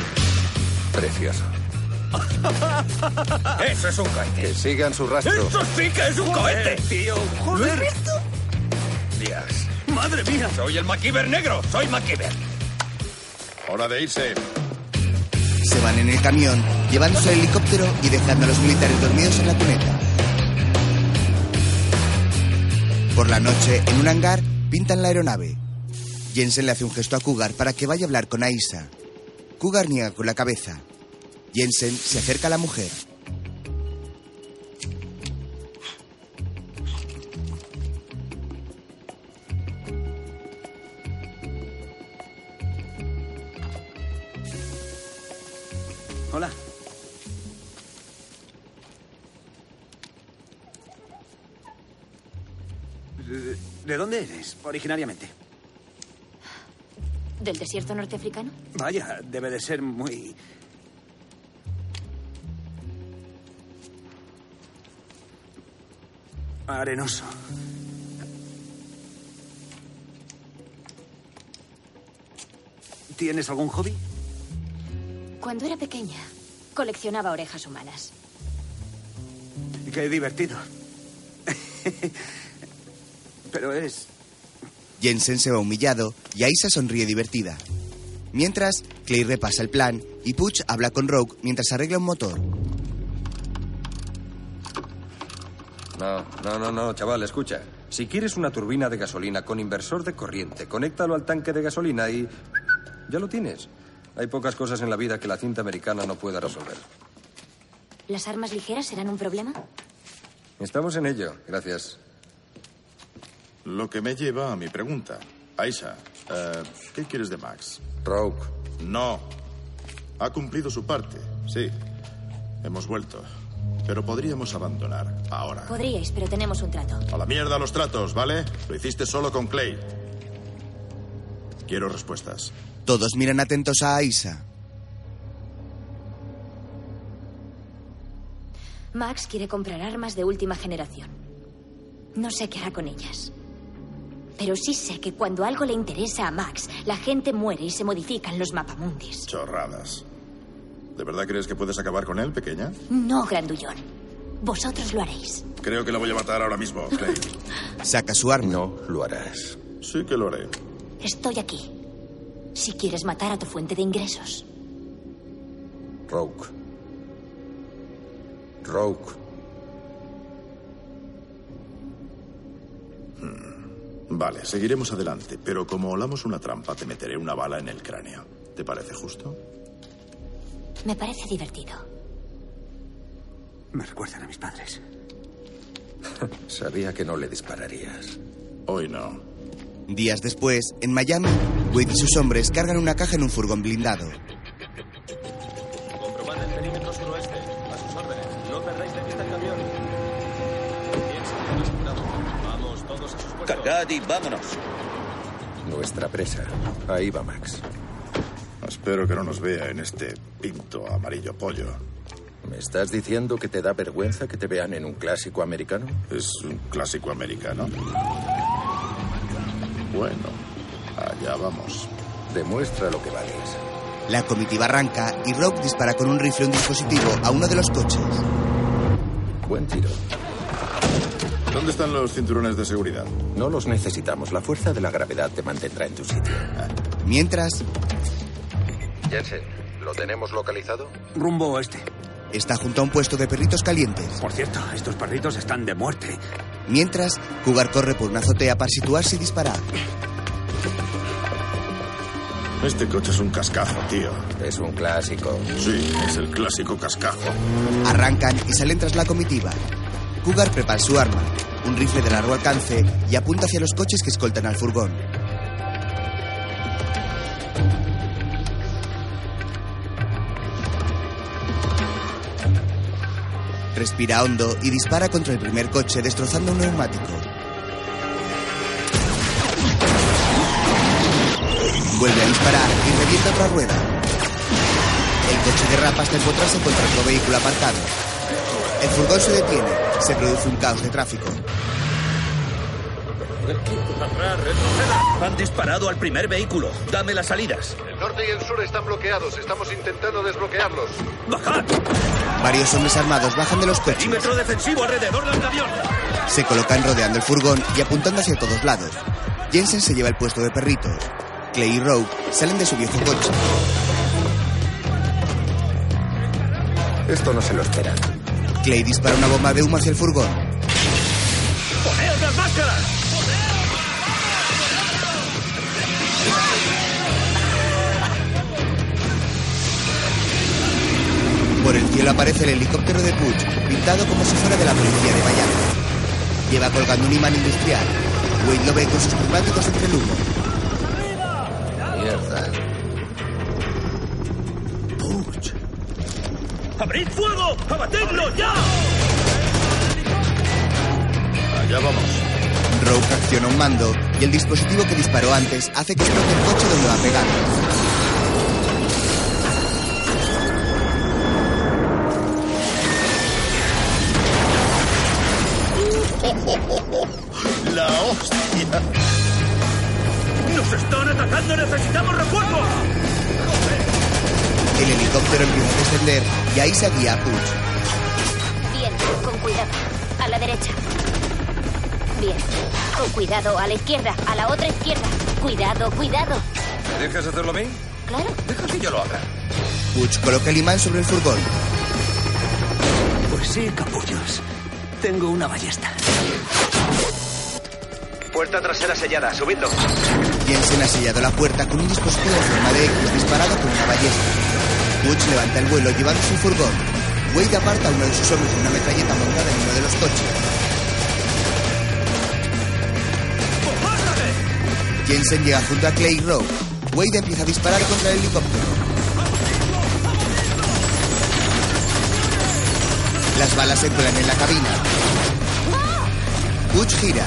[SPEAKER 5] Precioso.
[SPEAKER 2] Eso es un cohete.
[SPEAKER 5] Que sigan su rastro.
[SPEAKER 20] ¡Esto sí que es un cohete! ¡Tío! ¡Joder!
[SPEAKER 2] Días.
[SPEAKER 20] ¡Madre mía!
[SPEAKER 2] Soy el MacGyver negro. Soy MacGyver.
[SPEAKER 3] Hora de irse.
[SPEAKER 4] Se van en el camión, llevándose el helicóptero y dejando a los militares dormidos en la cuneta. Por la noche, en un hangar, pintan la aeronave. Jensen le hace un gesto a Cougar para que vaya a hablar con Aisa. Cougar niega con la cabeza. Jensen se acerca a la mujer.
[SPEAKER 20] Hola. ¿De- ¿De dónde eres originariamente?
[SPEAKER 16] ¿Del desierto norteafricano?
[SPEAKER 20] Vaya, debe de ser muy... Arenoso. ¿Tienes algún hobby?
[SPEAKER 16] Cuando era pequeña, coleccionaba orejas humanas.
[SPEAKER 20] Qué divertido. Pero es...
[SPEAKER 4] Jensen se va humillado y Aisa sonríe divertida. Mientras, Clay repasa el plan y Puch habla con Rogue mientras arregla un motor.
[SPEAKER 2] No, no, no, no, chaval, escucha. Si quieres una turbina de gasolina con inversor de corriente, conéctalo al tanque de gasolina y. ya lo tienes. Hay pocas cosas en la vida que la cinta americana no pueda resolver.
[SPEAKER 16] ¿Las armas ligeras serán un problema?
[SPEAKER 2] Estamos en ello, gracias.
[SPEAKER 3] Lo que me lleva a mi pregunta. Aisha, eh, ¿qué quieres de Max?
[SPEAKER 2] Rogue.
[SPEAKER 3] No. Ha cumplido su parte, sí. Hemos vuelto. Pero podríamos abandonar ahora.
[SPEAKER 16] Podríais, pero tenemos un trato.
[SPEAKER 3] A la mierda los tratos, ¿vale? Lo hiciste solo con Clay. Quiero respuestas.
[SPEAKER 4] Todos miran atentos a Aisa.
[SPEAKER 16] Max quiere comprar armas de última generación. No sé qué hará con ellas. Pero sí sé que cuando algo le interesa a Max, la gente muere y se modifican los mapamundis.
[SPEAKER 3] Chorradas. ¿De verdad crees que puedes acabar con él, pequeña?
[SPEAKER 16] No, grandullón. Vosotros lo haréis.
[SPEAKER 3] Creo que la voy a matar ahora mismo, Clay.
[SPEAKER 4] Saca su arma.
[SPEAKER 2] No lo harás.
[SPEAKER 3] Sí que lo haré.
[SPEAKER 16] Estoy aquí. Si quieres matar a tu fuente de ingresos.
[SPEAKER 2] Rogue. Rogue.
[SPEAKER 3] Hmm. Vale, seguiremos adelante, pero como olamos una trampa, te meteré una bala en el cráneo. ¿Te parece justo?
[SPEAKER 16] Me parece divertido.
[SPEAKER 20] Me recuerdan a mis padres.
[SPEAKER 2] Sabía que no le dispararías.
[SPEAKER 3] Hoy no.
[SPEAKER 4] Días después, en Miami, Wade y sus hombres cargan una caja en un furgón blindado.
[SPEAKER 12] Comprobad el perímetro suroeste. A sus órdenes. No perdáis de vista el camión. Bien, señores, jurado. Vamos todos a sus puestos.
[SPEAKER 5] Cargad y vámonos.
[SPEAKER 2] Nuestra presa. Ahí va Max.
[SPEAKER 3] Espero que no nos vea en este pinto amarillo pollo.
[SPEAKER 5] ¿Me estás diciendo que te da vergüenza que te vean en un clásico americano?
[SPEAKER 3] Es un clásico americano. Bueno, allá vamos.
[SPEAKER 5] Demuestra lo que vales.
[SPEAKER 4] La comitiva arranca y Rogue dispara con un rifle un dispositivo a uno de los coches.
[SPEAKER 5] Buen tiro.
[SPEAKER 3] ¿Dónde están los cinturones de seguridad?
[SPEAKER 5] No los necesitamos. La fuerza de la gravedad te mantendrá en tu sitio.
[SPEAKER 4] Mientras,
[SPEAKER 5] Jensen, ¿lo tenemos localizado?
[SPEAKER 20] Rumbo oeste.
[SPEAKER 4] está junto a un puesto de perritos calientes.
[SPEAKER 20] Por cierto, estos perritos están de muerte.
[SPEAKER 4] Mientras, Cougar corre por una azotea para situarse y disparar.
[SPEAKER 3] Este coche es un cascajo, tío.
[SPEAKER 5] Es un clásico.
[SPEAKER 3] Sí, es el clásico cascajo.
[SPEAKER 4] Arrancan y salen tras la comitiva. Cougar prepara su arma, un rifle de largo alcance y apunta hacia los coches que escoltan al furgón. Respira hondo y dispara contra el primer coche destrozando un neumático. Vuelve a disparar y revienta otra rueda. El coche derrapa hasta encontrarse contra otro vehículo aparcado. El furgón se detiene. Se produce un caos de tráfico.
[SPEAKER 20] Han disparado al primer vehículo. Dame las salidas.
[SPEAKER 21] El norte y el sur están bloqueados. Estamos intentando desbloquearlos.
[SPEAKER 20] ¡Bajad!
[SPEAKER 4] Varios hombres armados bajan de los coches.
[SPEAKER 20] Perímetro defensivo alrededor del avión.
[SPEAKER 4] Se colocan rodeando el furgón y apuntando hacia todos lados. Jensen se lleva el puesto de perritos. Clay y Rogue salen de su viejo coche.
[SPEAKER 5] Esto no se lo esperan.
[SPEAKER 4] Clay dispara una bomba de humo hacia el furgón.
[SPEAKER 20] ¡Poneos las máscaras!
[SPEAKER 4] Por el cielo aparece el helicóptero de Putsch, pintado como si fuera de la policía de Miami. Lleva colgando un imán industrial. Wade lo ve con sus prismáticos entre el humo.
[SPEAKER 2] Mierda.
[SPEAKER 20] ¡Abrid fuego! ¡Abatedlo ya!
[SPEAKER 3] Allá vamos.
[SPEAKER 4] Rogue acciona un mando y el dispositivo que disparó antes hace que explote el coche donde va pegado.
[SPEAKER 3] ¡La hostia!
[SPEAKER 20] ¡Nos están atacando! ¡Necesitamos refuerzos!
[SPEAKER 4] El helicóptero empieza a descender y ahí se guía a Putsch.
[SPEAKER 16] Bien, con cuidado. A la derecha. Bien, con cuidado. A la izquierda, a la otra izquierda. Cuidado, cuidado.
[SPEAKER 2] ¿Me dejas hacerlo a mí?
[SPEAKER 16] Claro.
[SPEAKER 2] Deja que yo lo haga.
[SPEAKER 4] Putsch coloca el imán sobre el furgón.
[SPEAKER 22] Pues sí, capullos. Tengo una ballesta.
[SPEAKER 6] Puerta trasera sellada, subidlo.
[SPEAKER 4] Jensen ha sellado la puerta con un dispositivo en forma de X disparado con una ballesta. Butch levanta el vuelo llevando su furgón. Wade aparta a uno de sus hombres con una metralleta montada en uno de los coches. Jensen llega junto a Clay y Rowe. Wade empieza a disparar contra el helicóptero. Las balas se cuelan en la cabina. Butch gira.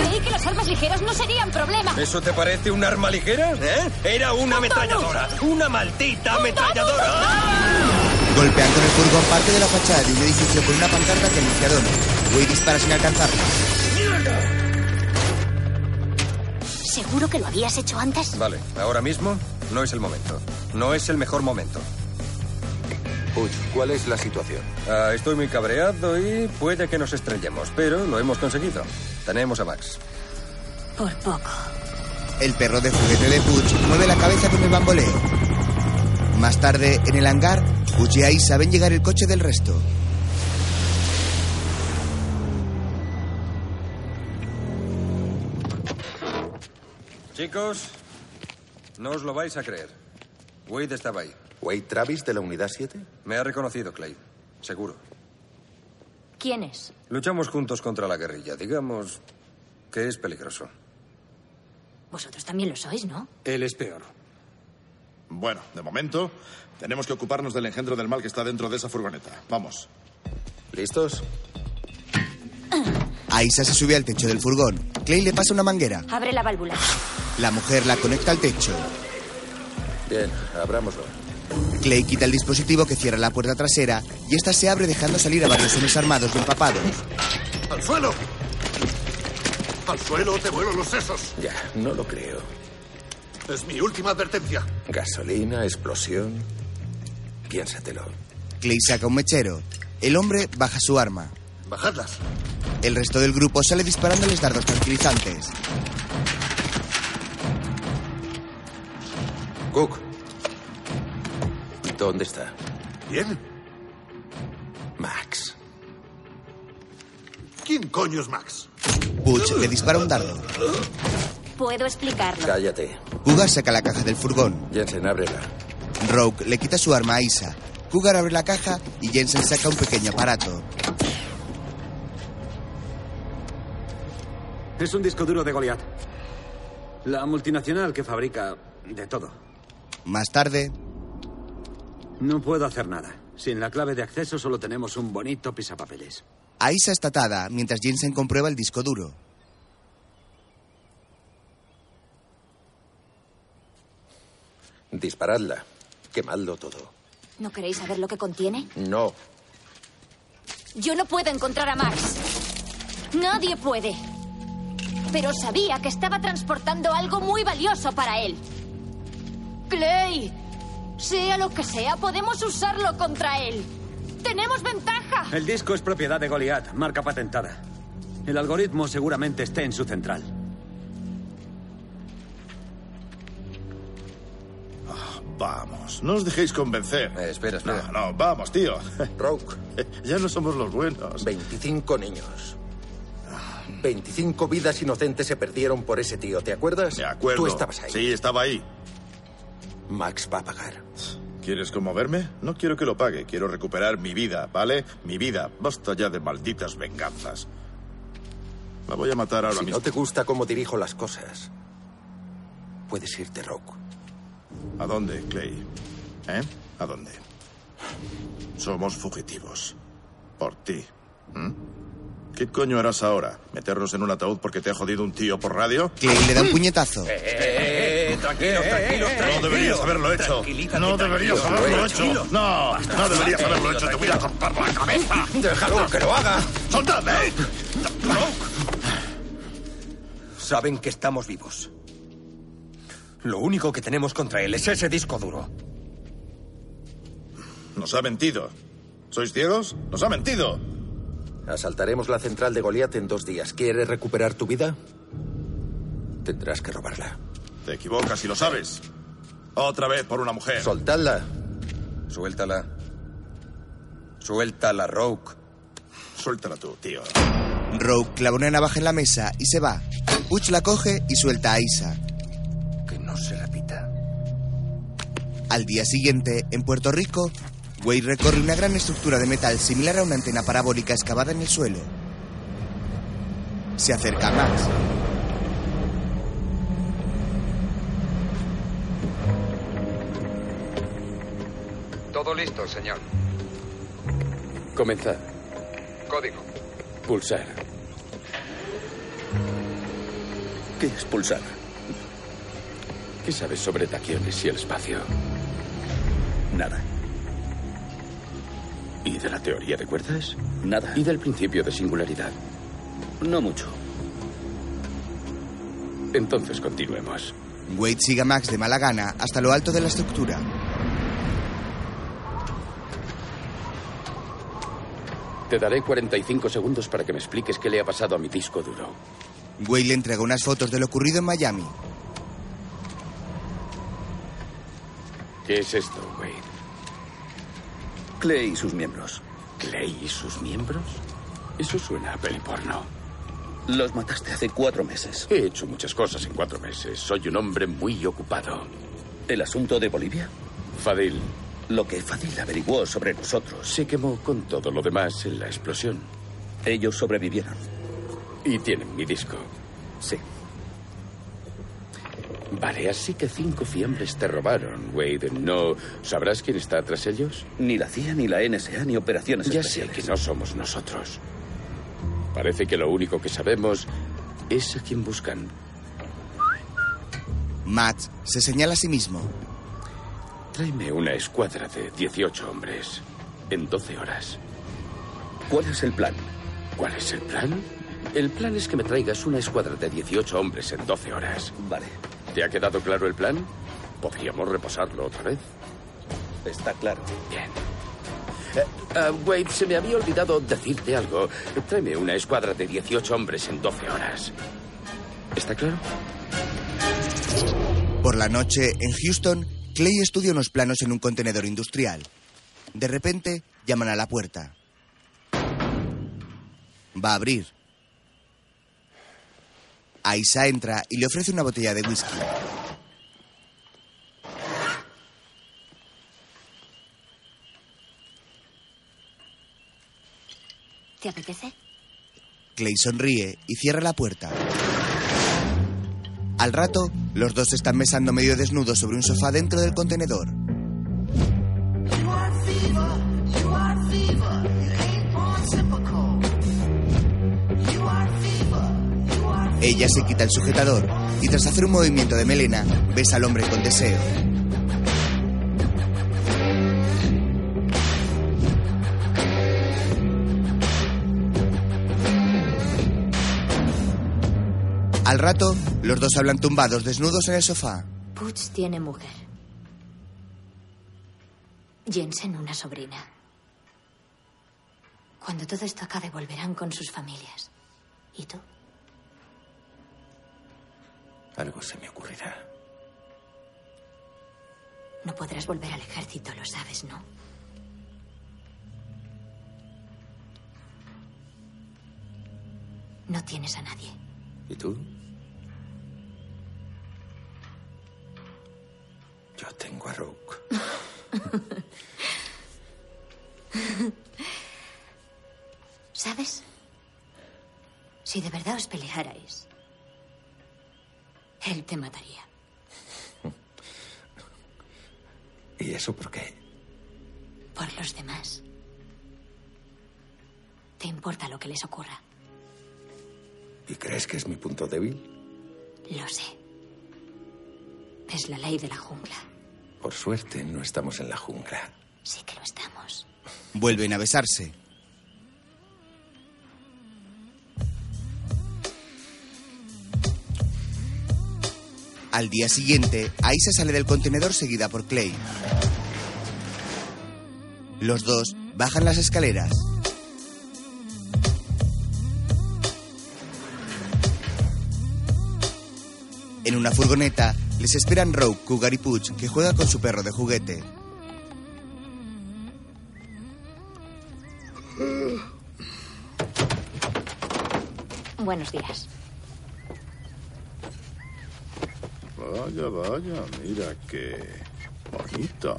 [SPEAKER 23] Creí que las armas ligeras no serían problema.
[SPEAKER 2] ¿Eso te parece un arma ligera? ¿Eh? Era una ametralladora. Una maldita ametralladora.
[SPEAKER 4] Golpean con el furgón parte de la fachada de un edificio con una pancarta que anuncia dónde. Wade dispara sin alcanzarla.
[SPEAKER 16] ¿Seguro que lo habías hecho antes?
[SPEAKER 2] Vale, ahora mismo no es el momento. No es el mejor momento.
[SPEAKER 5] Puch, ¿cuál es la situación?
[SPEAKER 2] Ah, estoy muy cabreado y puede que nos estrellemos, pero lo hemos conseguido. Tenemos a Max.
[SPEAKER 16] Por poco.
[SPEAKER 4] El perro de juguete de Putch mueve la cabeza con el bamboleo. Más tarde, en el hangar, Putch y Aisa ven llegar el coche del resto.
[SPEAKER 2] Chicos, no os lo vais a creer. Wade estaba ahí.
[SPEAKER 5] ¿Wade Travis de la Unidad 7?
[SPEAKER 2] Me ha reconocido, Clay. Seguro.
[SPEAKER 16] ¿Quién es?
[SPEAKER 2] Luchamos juntos contra la guerrilla. Digamos que es peligroso.
[SPEAKER 16] Vosotros también lo sois, ¿no?
[SPEAKER 3] Él es peor. Bueno, de momento tenemos que ocuparnos del engendro del mal que está dentro de esa furgoneta. Vamos.
[SPEAKER 5] ¿Listos?
[SPEAKER 4] Aisa se sube al techo del furgón. Clay le pasa una manguera.
[SPEAKER 16] Abre la válvula.
[SPEAKER 4] La mujer la conecta al techo.
[SPEAKER 5] Bien, abrámoslo.
[SPEAKER 4] Clay quita el dispositivo que cierra la puerta trasera y esta se abre dejando salir a varios hombres armados y empapados.
[SPEAKER 11] ¡Al suelo! ¡Al suelo te vuelo los sesos!
[SPEAKER 5] Ya, no lo creo.
[SPEAKER 11] Es mi última advertencia.
[SPEAKER 5] Gasolina, explosión. Piénsatelo.
[SPEAKER 4] Clay saca un mechero. El hombre baja su arma.
[SPEAKER 11] Bajadlas.
[SPEAKER 4] El resto del grupo sale disparándoles dardos tranquilizantes.
[SPEAKER 5] Cook. ¿Dónde está?
[SPEAKER 11] Bien.
[SPEAKER 5] Max.
[SPEAKER 11] ¿Quién coño es Max?
[SPEAKER 4] Butch le dispara un dardo.
[SPEAKER 16] Puedo explicarlo.
[SPEAKER 5] Cállate.
[SPEAKER 4] Cougar saca la caja del furgón.
[SPEAKER 5] Jensen, ábrela.
[SPEAKER 4] Rogue le quita su arma a Isa. Cougar abre la caja y Jensen saca un pequeño aparato.
[SPEAKER 13] Es un disco duro de Goliath. La multinacional que fabrica de todo.
[SPEAKER 4] Más tarde,
[SPEAKER 13] No puedo hacer nada.
[SPEAKER 1] Sin la clave de acceso solo tenemos un bonito pisapapeles.
[SPEAKER 4] Aisa está atada mientras Jensen comprueba el disco duro.
[SPEAKER 5] Disparadla. Quemadlo todo.
[SPEAKER 16] ¿No queréis saber lo que contiene?
[SPEAKER 5] No.
[SPEAKER 16] Yo no puedo encontrar a Max. Nadie puede. Pero sabía que estaba transportando algo muy valioso para él. Clay, sea lo que sea, podemos usarlo contra él. Tenemos ventaja.
[SPEAKER 1] El disco es propiedad de Goliath, marca patentada. El algoritmo seguramente esté en su central.
[SPEAKER 3] Vamos, no os dejéis convencer.
[SPEAKER 5] Eh, espera, espera.
[SPEAKER 3] No, no, vamos, tío.
[SPEAKER 5] Rogue.
[SPEAKER 3] Ya no somos los buenos.
[SPEAKER 5] 25 niños. 25 vidas inocentes se perdieron por ese tío, ¿te acuerdas?
[SPEAKER 3] De acuerdo.
[SPEAKER 5] Tú estabas ahí.
[SPEAKER 3] Sí, estaba ahí.
[SPEAKER 5] Max va a pagar.
[SPEAKER 3] ¿Quieres conmoverme? No quiero que lo pague. Quiero recuperar mi vida, ¿vale? Mi vida. Basta ya de malditas venganzas. La voy a matar ahora
[SPEAKER 5] si
[SPEAKER 3] mismo.
[SPEAKER 5] no te gusta cómo dirijo las cosas, puedes irte, Rogue.
[SPEAKER 3] ¿A dónde, Clay? ¿Eh? ¿A dónde? Somos fugitivos. Por ti. ¿Mm? ¿Qué coño harás ahora? ¿Meternos en un ataúd porque te ha jodido un tío por radio?
[SPEAKER 4] Clay le da un puñetazo.
[SPEAKER 2] Tranquilo, tranquilo,
[SPEAKER 3] No Eh, deberías haberlo hecho. No deberías haberlo hecho. No, no deberías haberlo hecho. Te voy a cortar la cabeza.
[SPEAKER 5] Déjalo que lo haga.
[SPEAKER 3] ¡Soltadme!
[SPEAKER 2] Saben que estamos vivos. Lo único que tenemos contra él es ese disco duro.
[SPEAKER 3] Nos ha mentido. ¿Sois ciegos? Nos ha mentido.
[SPEAKER 5] Asaltaremos la central de Goliath en dos días. ¿Quieres recuperar tu vida? Tendrás que robarla.
[SPEAKER 3] Te equivocas y lo sabes. Otra vez por una mujer.
[SPEAKER 5] Soltadla.
[SPEAKER 2] Suéltala. Suéltala, Rogue.
[SPEAKER 3] Suéltala tú, tío.
[SPEAKER 4] Rogue clava una navaja en la mesa y se va. Uch la coge y suelta a Isa.
[SPEAKER 2] Que no se repita.
[SPEAKER 4] Al día siguiente, en Puerto Rico, Wade recorre una gran estructura de metal similar a una antena parabólica excavada en el suelo. Se acerca a Max.
[SPEAKER 24] Todo listo, señor.
[SPEAKER 7] Comenzar.
[SPEAKER 24] Código.
[SPEAKER 7] Pulsar. ¿Qué es pulsar? ¿Qué sabes sobre taquiones y el espacio? Nada. ¿Y de la teoría de cuerdas? Nada. ¿Y del principio de singularidad? No mucho. Entonces continuemos.
[SPEAKER 4] Wade sigue a Max de mala gana hasta lo alto de la estructura.
[SPEAKER 7] Te daré 45 segundos para que me expliques qué le ha pasado a mi disco duro.
[SPEAKER 4] Wade le entrega unas fotos de lo ocurrido en Miami.
[SPEAKER 7] ¿Qué es esto, Wade? Clay y sus miembros. ¿Clay y sus miembros? Eso suena a peli porno. Los mataste hace cuatro meses. He hecho muchas cosas en cuatro meses. Soy un hombre muy ocupado. ¿El asunto de Bolivia? Fadil. Lo que Fadil averiguó sobre nosotros. Se quemó con todo lo demás en la explosión. Ellos sobrevivieron. Y tienen mi disco. Sí. Vale, así que cinco fiambres te robaron, Wade. ¿No sabrás quién está tras ellos?
[SPEAKER 25] Ni la CIA, ni la NSA, ni operaciones
[SPEAKER 7] Ya sé
[SPEAKER 25] especiales.
[SPEAKER 7] que no somos nosotros. Parece que lo único que sabemos es a quién buscan.
[SPEAKER 4] Matt se señala a sí mismo.
[SPEAKER 7] Tráeme una escuadra de 18 hombres en 12 horas. ¿Cuál es el plan? ¿Cuál es el plan? El plan es que me traigas una escuadra de 18 hombres en 12 horas. Vale. ¿Te ha quedado claro el plan? Podríamos reposarlo otra vez. Está claro. Bien. Eh, ah, Wade, se me había olvidado decirte algo. Tráeme una escuadra de 18 hombres en 12 horas. ¿Está claro?
[SPEAKER 4] Por la noche, en Houston, Clay estudia unos planos en un contenedor industrial. De repente, llaman a la puerta. Va a abrir. Aisa entra y le ofrece una botella de whisky.
[SPEAKER 16] ¿Te apetece?
[SPEAKER 4] Clay sonríe y cierra la puerta. Al rato, los dos están besando medio desnudos sobre un sofá dentro del contenedor. Ella se quita el sujetador y tras hacer un movimiento de melena, besa al hombre con deseo. Al rato, los dos hablan tumbados desnudos en el sofá.
[SPEAKER 16] Putz tiene mujer. Jensen una sobrina. Cuando todo esto acabe volverán con sus familias. ¿Y tú?
[SPEAKER 25] Algo se me ocurrirá.
[SPEAKER 16] No podrás volver al ejército, lo sabes, ¿no? No tienes a nadie.
[SPEAKER 25] ¿Y tú? Yo tengo a Rook.
[SPEAKER 16] ¿Sabes? Si de verdad os pelearais, él te mataría.
[SPEAKER 25] ¿Y eso por qué?
[SPEAKER 16] Por los demás. Te importa lo que les ocurra.
[SPEAKER 25] ¿Y crees que es mi punto débil?
[SPEAKER 16] Lo sé. Es la ley de la jungla.
[SPEAKER 25] Por suerte no estamos en la jungla.
[SPEAKER 16] Sí que lo estamos.
[SPEAKER 4] Vuelven a besarse. Al día siguiente, Aisa sale del contenedor seguida por Clay. Los dos bajan las escaleras. En una furgoneta les esperan Rogue, Cougar y Pooch, que juega con su perro de juguete.
[SPEAKER 16] Buenos días.
[SPEAKER 3] Vaya, vaya, mira qué bonita.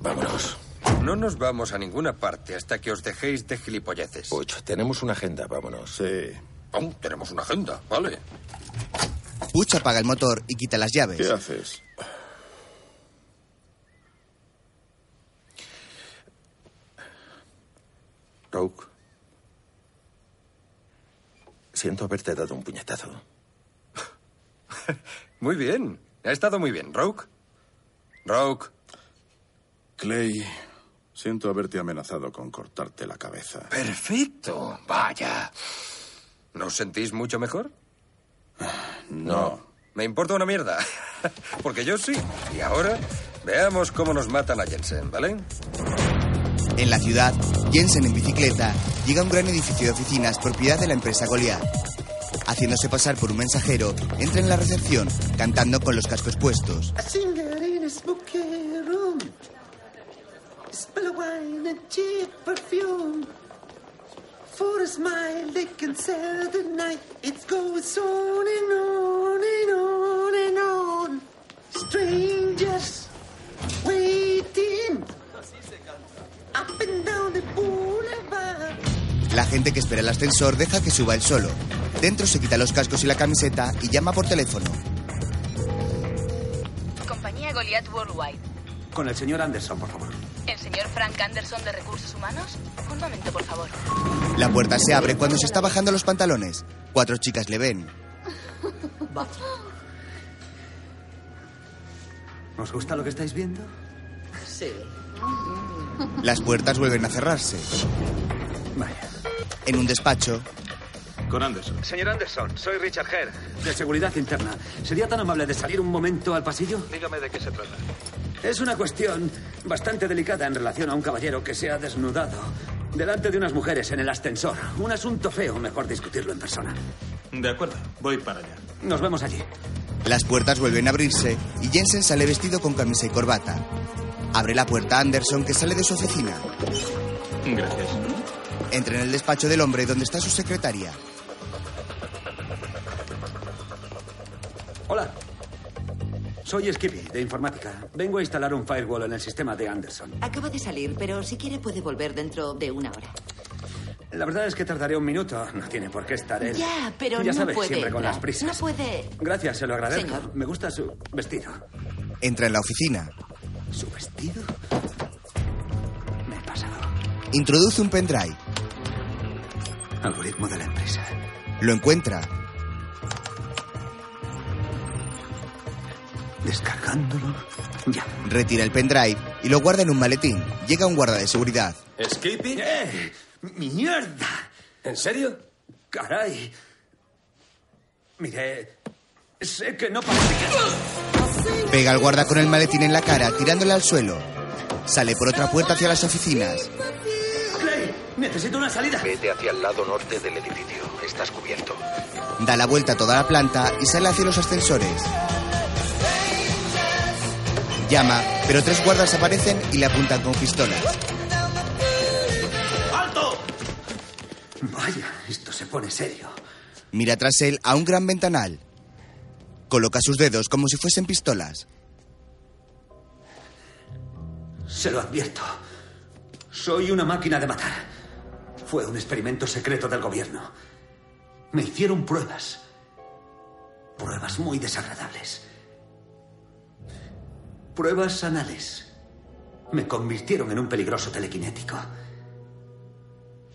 [SPEAKER 25] Vámonos.
[SPEAKER 2] No nos vamos a ninguna parte hasta que os dejéis de gilipolleces.
[SPEAKER 25] Puch, tenemos una agenda, vámonos.
[SPEAKER 3] Sí.
[SPEAKER 2] Aún tenemos una agenda, vale.
[SPEAKER 4] Puch apaga el motor y quita las llaves.
[SPEAKER 3] ¿Qué haces?
[SPEAKER 25] Rogue. Siento haberte dado un puñetazo.
[SPEAKER 2] Muy bien. Ha estado muy bien, Rogue. Rogue.
[SPEAKER 3] Clay, siento haberte amenazado con cortarte la cabeza.
[SPEAKER 2] Perfecto. Vaya. ¿No os sentís mucho mejor?
[SPEAKER 3] Ah, No.
[SPEAKER 2] Me importa una mierda. Porque yo sí. Y ahora veamos cómo nos matan a Jensen, ¿vale?
[SPEAKER 4] En la ciudad, Jensen en bicicleta llega a un gran edificio de oficinas propiedad de la empresa Goliath. Haciéndose pasar por un mensajero, entra en la recepción cantando con los cascos puestos.
[SPEAKER 10] A singer in a smoky room. Smell of wine and cheap perfume. For a smile they can sell the night. It goes on and on and on and on. Strangers waiting. Up and down the boulevard.
[SPEAKER 4] La gente que espera el ascensor deja que suba él solo. Dentro se quita los cascos y la camiseta y llama por teléfono.
[SPEAKER 8] Compañía Goliath Worldwide.
[SPEAKER 1] Con el señor Anderson, por favor.
[SPEAKER 8] El señor Frank Anderson de Recursos Humanos. Un momento, por favor.
[SPEAKER 4] La puerta se abre cuando se está bajando los pantalones. Cuatro chicas le ven.
[SPEAKER 1] ¿Os gusta lo que estáis viendo?
[SPEAKER 10] Sí.
[SPEAKER 4] Las puertas vuelven a cerrarse. En un despacho,
[SPEAKER 17] Con Anderson.
[SPEAKER 6] Señor Anderson, soy Richard Herr.
[SPEAKER 1] De seguridad interna. ¿Sería tan amable de salir un momento al pasillo?
[SPEAKER 6] Dígame de qué se trata.
[SPEAKER 1] Es una cuestión bastante delicada en relación a un caballero que se ha desnudado delante de unas mujeres en el ascensor. Un asunto feo, mejor discutirlo en persona.
[SPEAKER 12] De acuerdo, voy para allá.
[SPEAKER 1] Nos vemos allí.
[SPEAKER 4] las puertas vuelven a abrirse y Jensen sale vestido con camisa y corbata. Abre la puerta a Anderson que sale de su oficina.
[SPEAKER 12] Gracias.
[SPEAKER 4] Entra en el despacho del hombre donde está su secretaria.
[SPEAKER 1] Hola. Soy Skippy, de informática. Vengo a instalar un firewall en el sistema de Anderson.
[SPEAKER 14] Acaba de salir, pero si quiere puede volver dentro de una hora.
[SPEAKER 1] La verdad es que tardaré un minuto. No tiene por qué estar él.
[SPEAKER 14] Ya, pero
[SPEAKER 1] ya
[SPEAKER 14] no
[SPEAKER 1] sabes,
[SPEAKER 14] puede
[SPEAKER 1] siempre con
[SPEAKER 14] entrar.
[SPEAKER 1] las prisas.
[SPEAKER 14] No puede.
[SPEAKER 1] Gracias, se lo agradezco.
[SPEAKER 14] Señor.
[SPEAKER 1] Me gusta su vestido.
[SPEAKER 4] Entra en la oficina.
[SPEAKER 1] ¿Su vestido? Me he pasado.
[SPEAKER 4] Introduce un pendrive.
[SPEAKER 1] Algoritmo de la empresa.
[SPEAKER 4] Lo encuentra.
[SPEAKER 22] Descargándolo. Ya.
[SPEAKER 4] Retira el pendrive y lo guarda en un maletín. Llega un guarda de seguridad.
[SPEAKER 12] ¿Skippy?
[SPEAKER 1] ¡Eh! ¡Mierda!
[SPEAKER 12] ¿En serio?
[SPEAKER 1] Caray. Mire, sé que no parece
[SPEAKER 4] Pega al guarda con el maletín en la cara, tirándole al suelo. Sale por otra puerta hacia las oficinas.
[SPEAKER 1] Clay, necesito una salida.
[SPEAKER 5] Vete hacia el lado norte del edificio. Estás cubierto.
[SPEAKER 4] Da la vuelta a toda la planta y sale hacia los ascensores. Llama, pero tres guardas aparecen y le apuntan con pistolas.
[SPEAKER 1] ¡Alto! Vaya, esto se pone serio.
[SPEAKER 4] Mira tras él a un gran ventanal. Coloca sus dedos como si fuesen pistolas.
[SPEAKER 1] Se lo advierto. Soy una máquina de matar. Fue un experimento secreto del gobierno. Me hicieron pruebas. Pruebas muy desagradables. Pruebas anales. Me convirtieron en un peligroso telequinético.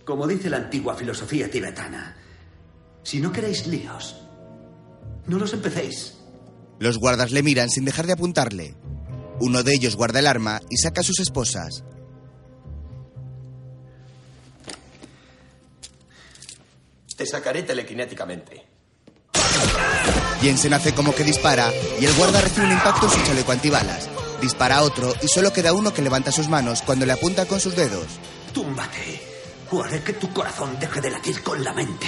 [SPEAKER 1] Como dice la antigua filosofía tibetana, si no queréis líos, no los empecéis.
[SPEAKER 4] Los guardas le miran sin dejar de apuntarle. Uno de ellos guarda el arma y saca a sus esposas.
[SPEAKER 9] Te sacaré telequinéticamente.
[SPEAKER 4] Jensen hace como que dispara y el guarda recibe un impacto en su chaleco antibalas. Dispara a otro y solo queda uno que levanta sus manos cuando le apunta con sus dedos.
[SPEAKER 1] Túmbate o haré que tu corazón deje de latir con la mente.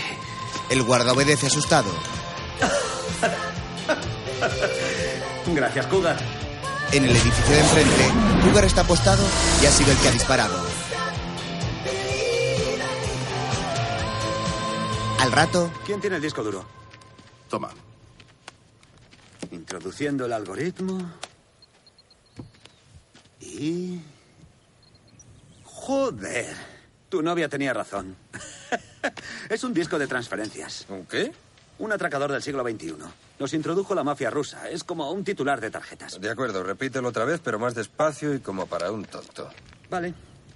[SPEAKER 4] El guarda obedece asustado.
[SPEAKER 1] Gracias, Cougar.
[SPEAKER 4] En el edificio de enfrente, Cougar está apostado y ha sido el que ha disparado. Al rato,
[SPEAKER 1] ¿Quién tiene el disco duro?
[SPEAKER 3] Toma.
[SPEAKER 1] Introduciendo el algoritmo. Y. Joder. Tu novia tenía razón. es un disco de transferencias.
[SPEAKER 12] ¿Un qué?
[SPEAKER 1] Un atracador del siglo XXI. Nos introdujo la mafia rusa. Es como un titular de tarjetas.
[SPEAKER 2] De acuerdo, repítelo otra vez, pero más despacio y como para un tonto.
[SPEAKER 1] Vale.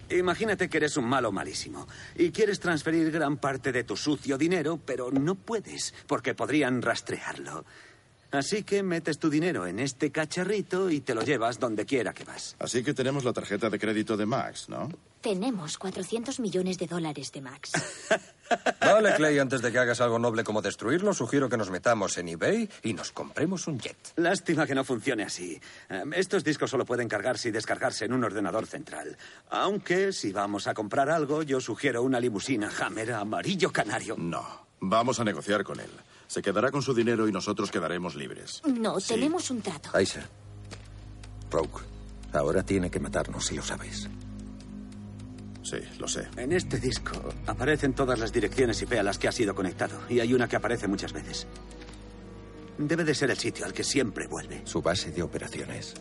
[SPEAKER 1] Imagínate que eres un malo malísimo y quieres transferir gran parte de tu sucio dinero, pero no puedes porque podrían rastrearlo. Así que metes tu dinero en este cacharrito y te lo llevas donde quiera que vas.
[SPEAKER 3] Así que tenemos la tarjeta de crédito de Max, ¿no?
[SPEAKER 16] Tenemos 400 millones de dólares de Max.
[SPEAKER 2] Vale, Clay, antes de que hagas algo noble como destruirlo, sugiero que nos metamos en eBay y nos compremos un jet.
[SPEAKER 1] Lástima que no funcione así. Em, Estos discos solo pueden cargarse y descargarse en un ordenador central. Aunque si vamos a comprar algo, yo sugiero una limusina Hammer amarillo canario.
[SPEAKER 3] No. Vamos a negociar con él. Se quedará con su dinero y nosotros quedaremos libres.
[SPEAKER 16] No, tenemos un trato.
[SPEAKER 25] Aisha. Rogue. Ahora tiene que matarnos y lo sabes.
[SPEAKER 3] Sí, lo sé.
[SPEAKER 1] En este disco aparecen todas las direcciones IP a las que ha sido conectado y hay una que aparece muchas veces. Debe de ser el sitio al que siempre vuelve.
[SPEAKER 25] Su base de operaciones.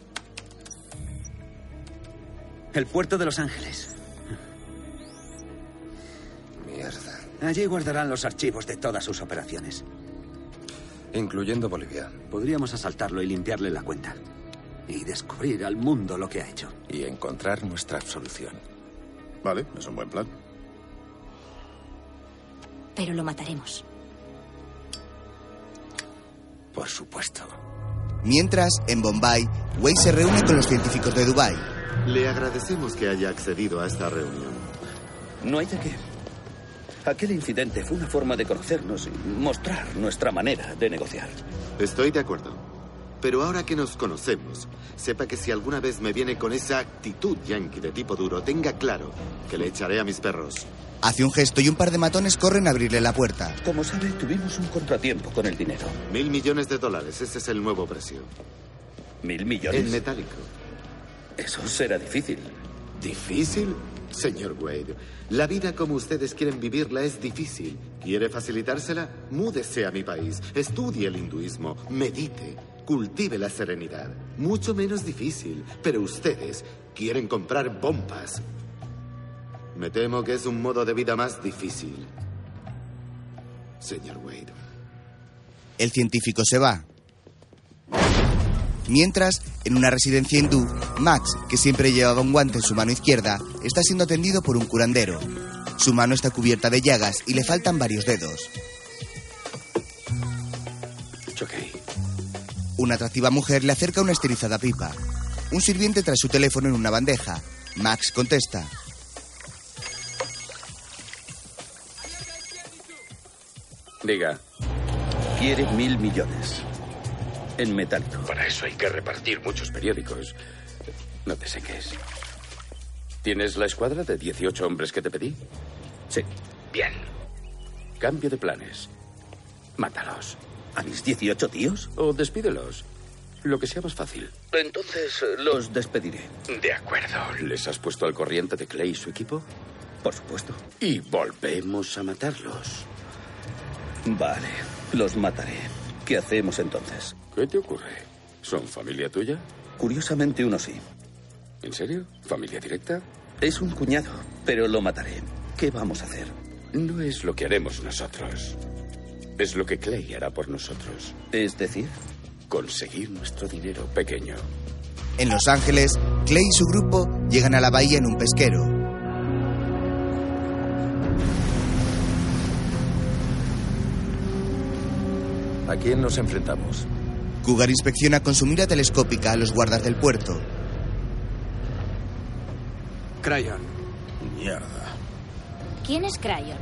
[SPEAKER 1] El puerto de Los Ángeles.
[SPEAKER 2] Mierda.
[SPEAKER 1] Allí guardarán los archivos de todas sus operaciones.
[SPEAKER 2] Incluyendo Bolivia.
[SPEAKER 1] Podríamos asaltarlo y limpiarle la cuenta. Y descubrir al mundo lo que ha hecho.
[SPEAKER 25] Y encontrar nuestra absolución.
[SPEAKER 3] Vale, es un buen plan.
[SPEAKER 16] Pero lo mataremos.
[SPEAKER 25] Por supuesto.
[SPEAKER 4] mientras, en Bombay, Wei se reúne con los científicos de Dubai.
[SPEAKER 17] Le agradecemos que haya accedido a esta reunión.
[SPEAKER 12] No hay de qué. Aquel incidente fue una forma de conocernos y mostrar nuestra manera de negociar.
[SPEAKER 17] Estoy de acuerdo. Pero ahora que nos conocemos, sepa que si alguna vez me viene con esa actitud yankee de tipo duro, tenga claro que le echaré a mis perros.
[SPEAKER 4] Hace un gesto y un par de matones corren a abrirle la puerta.
[SPEAKER 12] Como sabe, tuvimos un contratiempo con el dinero.
[SPEAKER 17] Mil millones de dólares, ese es el nuevo precio.
[SPEAKER 12] ¿Mil
[SPEAKER 17] En
[SPEAKER 12] millones?
[SPEAKER 17] metálico.
[SPEAKER 12] Eso será difícil.
[SPEAKER 17] ¿Difícil? Señor Wade, la vida como ustedes quieren vivirla es difícil. ¿Quiere facilitársela? Múdese a mi país, estudie el hinduismo, medite, cultive la serenidad. Mucho menos difícil, pero ustedes quieren comprar bombas. Me temo que es un modo de vida más difícil. Señor Wade.
[SPEAKER 4] El científico se va. Mientras, en una residencia hindú, Max, que siempre llevaba un guante en su mano izquierda, está siendo atendido por un curandero. Su mano está cubierta de llagas y le faltan varios dedos.
[SPEAKER 7] Choquei.
[SPEAKER 4] Una atractiva mujer le acerca una estilizada pipa. Un sirviente trae su teléfono en una bandeja. Max contesta.
[SPEAKER 7] Diga.
[SPEAKER 5] Quiere mil millones. En metálico.
[SPEAKER 7] Para eso hay que repartir muchos periódicos. No te sé qué es. ¿Tienes la escuadra de 18 hombres que te pedí? Sí. Bien. Cambio de planes. Mátalos.
[SPEAKER 5] ¿A mis 18 tíos?
[SPEAKER 7] O despídelos. Lo que sea más fácil.
[SPEAKER 5] Entonces eh, los despediré.
[SPEAKER 7] De acuerdo. ¿Les has puesto al corriente de Clay y su equipo?
[SPEAKER 5] Por supuesto.
[SPEAKER 7] Y volvemos a matarlos.
[SPEAKER 5] Vale, los mataré. ¿Qué hacemos entonces?
[SPEAKER 7] ¿Qué te ocurre? ¿Son familia tuya?
[SPEAKER 5] Curiosamente uno sí.
[SPEAKER 7] ¿En serio? ¿Familia directa?
[SPEAKER 5] Es un cuñado, pero lo mataré. ¿Qué vamos a hacer?
[SPEAKER 7] No es lo que haremos nosotros. Es lo que Clay hará por nosotros.
[SPEAKER 5] Es decir,
[SPEAKER 7] Conseguir nuestro dinero pequeño.
[SPEAKER 4] En Los Ángeles, Clay y su grupo llegan a la bahía en un pesquero.
[SPEAKER 5] ¿a quién nos enfrentamos?
[SPEAKER 4] Cougar inspecciona con su mira telescópica a los guardas del puerto.
[SPEAKER 1] Crayon.
[SPEAKER 3] Mierda.
[SPEAKER 16] ¿Quién es Crayon?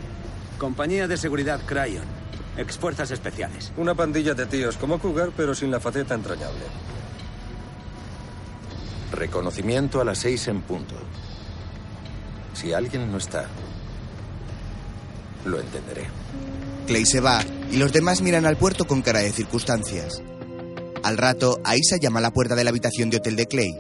[SPEAKER 1] Compañía de seguridad Crayon. Exfuerzas especiales.
[SPEAKER 2] Una pandilla de tíos como Cougar, pero sin la faceta entrañable.
[SPEAKER 5] Reconocimiento a las seis en punto. Si alguien no está, lo entenderé.
[SPEAKER 4] Clay se va y los demás miran al puerto con cara de circunstancias. Al rato, Aisa llama a la puerta de la habitación de hotel de Clay.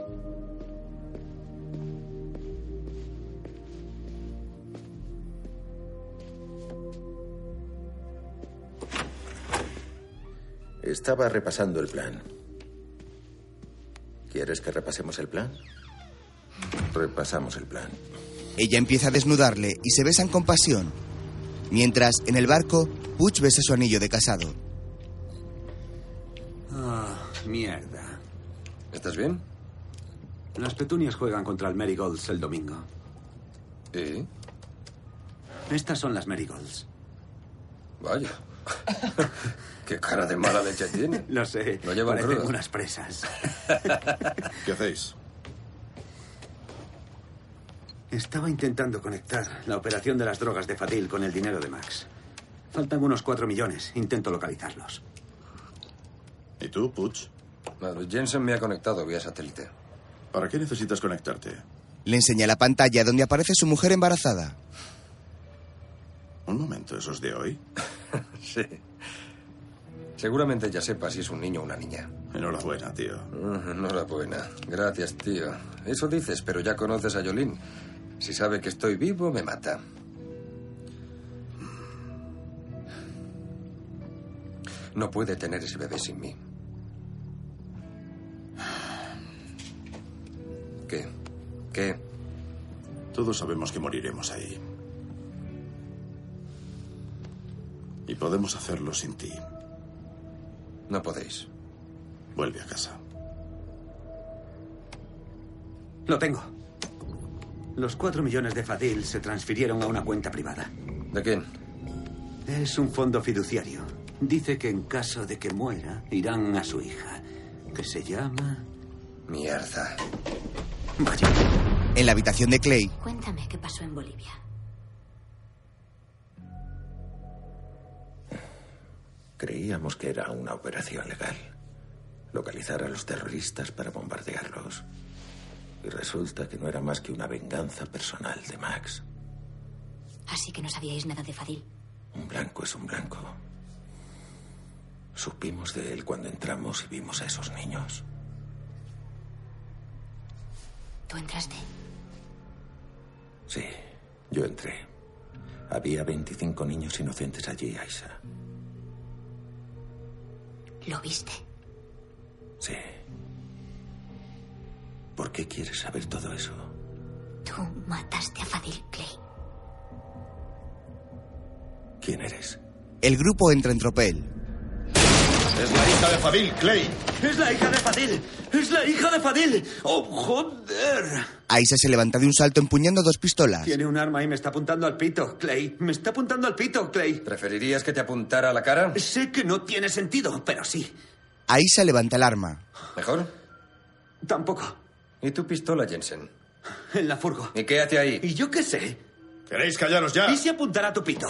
[SPEAKER 5] Estaba repasando el plan. ¿Quieres que repasemos el plan? Repasamos el plan.
[SPEAKER 4] Ella empieza a desnudarle y se besan con pasión. Mientras, en el barco, Butch besa su anillo de casado.
[SPEAKER 1] Ah, mierda.
[SPEAKER 2] ¿Estás bien?
[SPEAKER 1] Las petunias juegan contra el Marigolds el domingo.
[SPEAKER 2] ¿Eh?
[SPEAKER 1] Estas son las Marigolds.
[SPEAKER 2] Vaya. Qué cara de mala leche tiene.
[SPEAKER 1] Lo sé.
[SPEAKER 2] Lo llevan
[SPEAKER 1] parecen
[SPEAKER 2] crudo.
[SPEAKER 1] unas presas.
[SPEAKER 3] ¿Qué hacéis?
[SPEAKER 1] Estaba intentando conectar la operación de las drogas de Fadil con el dinero de Max. Faltan unos cuatro millones. Intento localizarlos.
[SPEAKER 3] ¿Y tú, Putz?
[SPEAKER 2] Claro, Jensen me ha conectado vía satélite.
[SPEAKER 3] ¿Para qué necesitas conectarte?
[SPEAKER 4] Le enseña la pantalla donde aparece su mujer embarazada.
[SPEAKER 3] Un momento, ¿esos de hoy?
[SPEAKER 2] Sí. Seguramente ya sepa si es un niño o una niña.
[SPEAKER 3] Enhorabuena, tío.
[SPEAKER 2] Mm, Enhorabuena. Gracias, tío. Eso dices, pero ya conoces a Yolín. Si sabe que estoy vivo, me mata. No puede tener ese bebé sin mí. ¿Qué? ¿Qué?
[SPEAKER 3] Todos sabemos que moriremos ahí. Y podemos hacerlo sin ti.
[SPEAKER 2] No podéis.
[SPEAKER 3] Vuelve a casa.
[SPEAKER 1] Lo tengo. Los cuatro millones de Fadil se transfirieron a una cuenta privada.
[SPEAKER 2] ¿De quién?
[SPEAKER 1] Es un fondo fiduciario. Dice que en caso de que muera, irán a su hija, que se llama...
[SPEAKER 2] Mierda.
[SPEAKER 1] Vaya.
[SPEAKER 4] En la habitación de Clay,
[SPEAKER 16] Cuéntame qué pasó en Bolivia.
[SPEAKER 5] Creíamos que era una operación legal. Localizar a los terroristas para bombardearlos. Y resulta que no era más que una venganza personal de Max.
[SPEAKER 16] Así que no sabíais nada de Fadil.
[SPEAKER 5] Un blanco es un blanco. Supimos de él cuando entramos y vimos a esos niños.
[SPEAKER 16] ¿Tú entraste?
[SPEAKER 5] Sí, yo entré. Había 25 niños inocentes allí, Aisha.
[SPEAKER 16] ¿Lo viste?
[SPEAKER 5] Sí. ¿Por qué quieres saber todo eso?
[SPEAKER 16] Tú mataste a Fadil Clay.
[SPEAKER 5] ¿Quién eres?
[SPEAKER 4] el grupo entra en tropel.
[SPEAKER 3] Es la hija de Fadil, Clay.
[SPEAKER 1] ¡Es la hija de Fadil! ¡Es la hija de Fadil! ¡Oh, joder!
[SPEAKER 4] Aisa se levanta de un salto empuñando dos pistolas.
[SPEAKER 1] Tiene un arma y me está apuntando al pito, Clay. Me está apuntando al pito, Clay.
[SPEAKER 2] ¿Preferirías que te apuntara a la cara?
[SPEAKER 1] Sé que no tiene sentido, pero sí.
[SPEAKER 4] Aisha levanta el arma.
[SPEAKER 2] ¿Mejor?
[SPEAKER 1] Tampoco.
[SPEAKER 2] ¿Y tu pistola, Jensen?
[SPEAKER 1] En la furgo.
[SPEAKER 2] ¿Y quédate ahí?
[SPEAKER 1] ¿Y yo qué sé?
[SPEAKER 3] ¿Queréis callaros ya?
[SPEAKER 1] ¿Y si apuntará tu pito?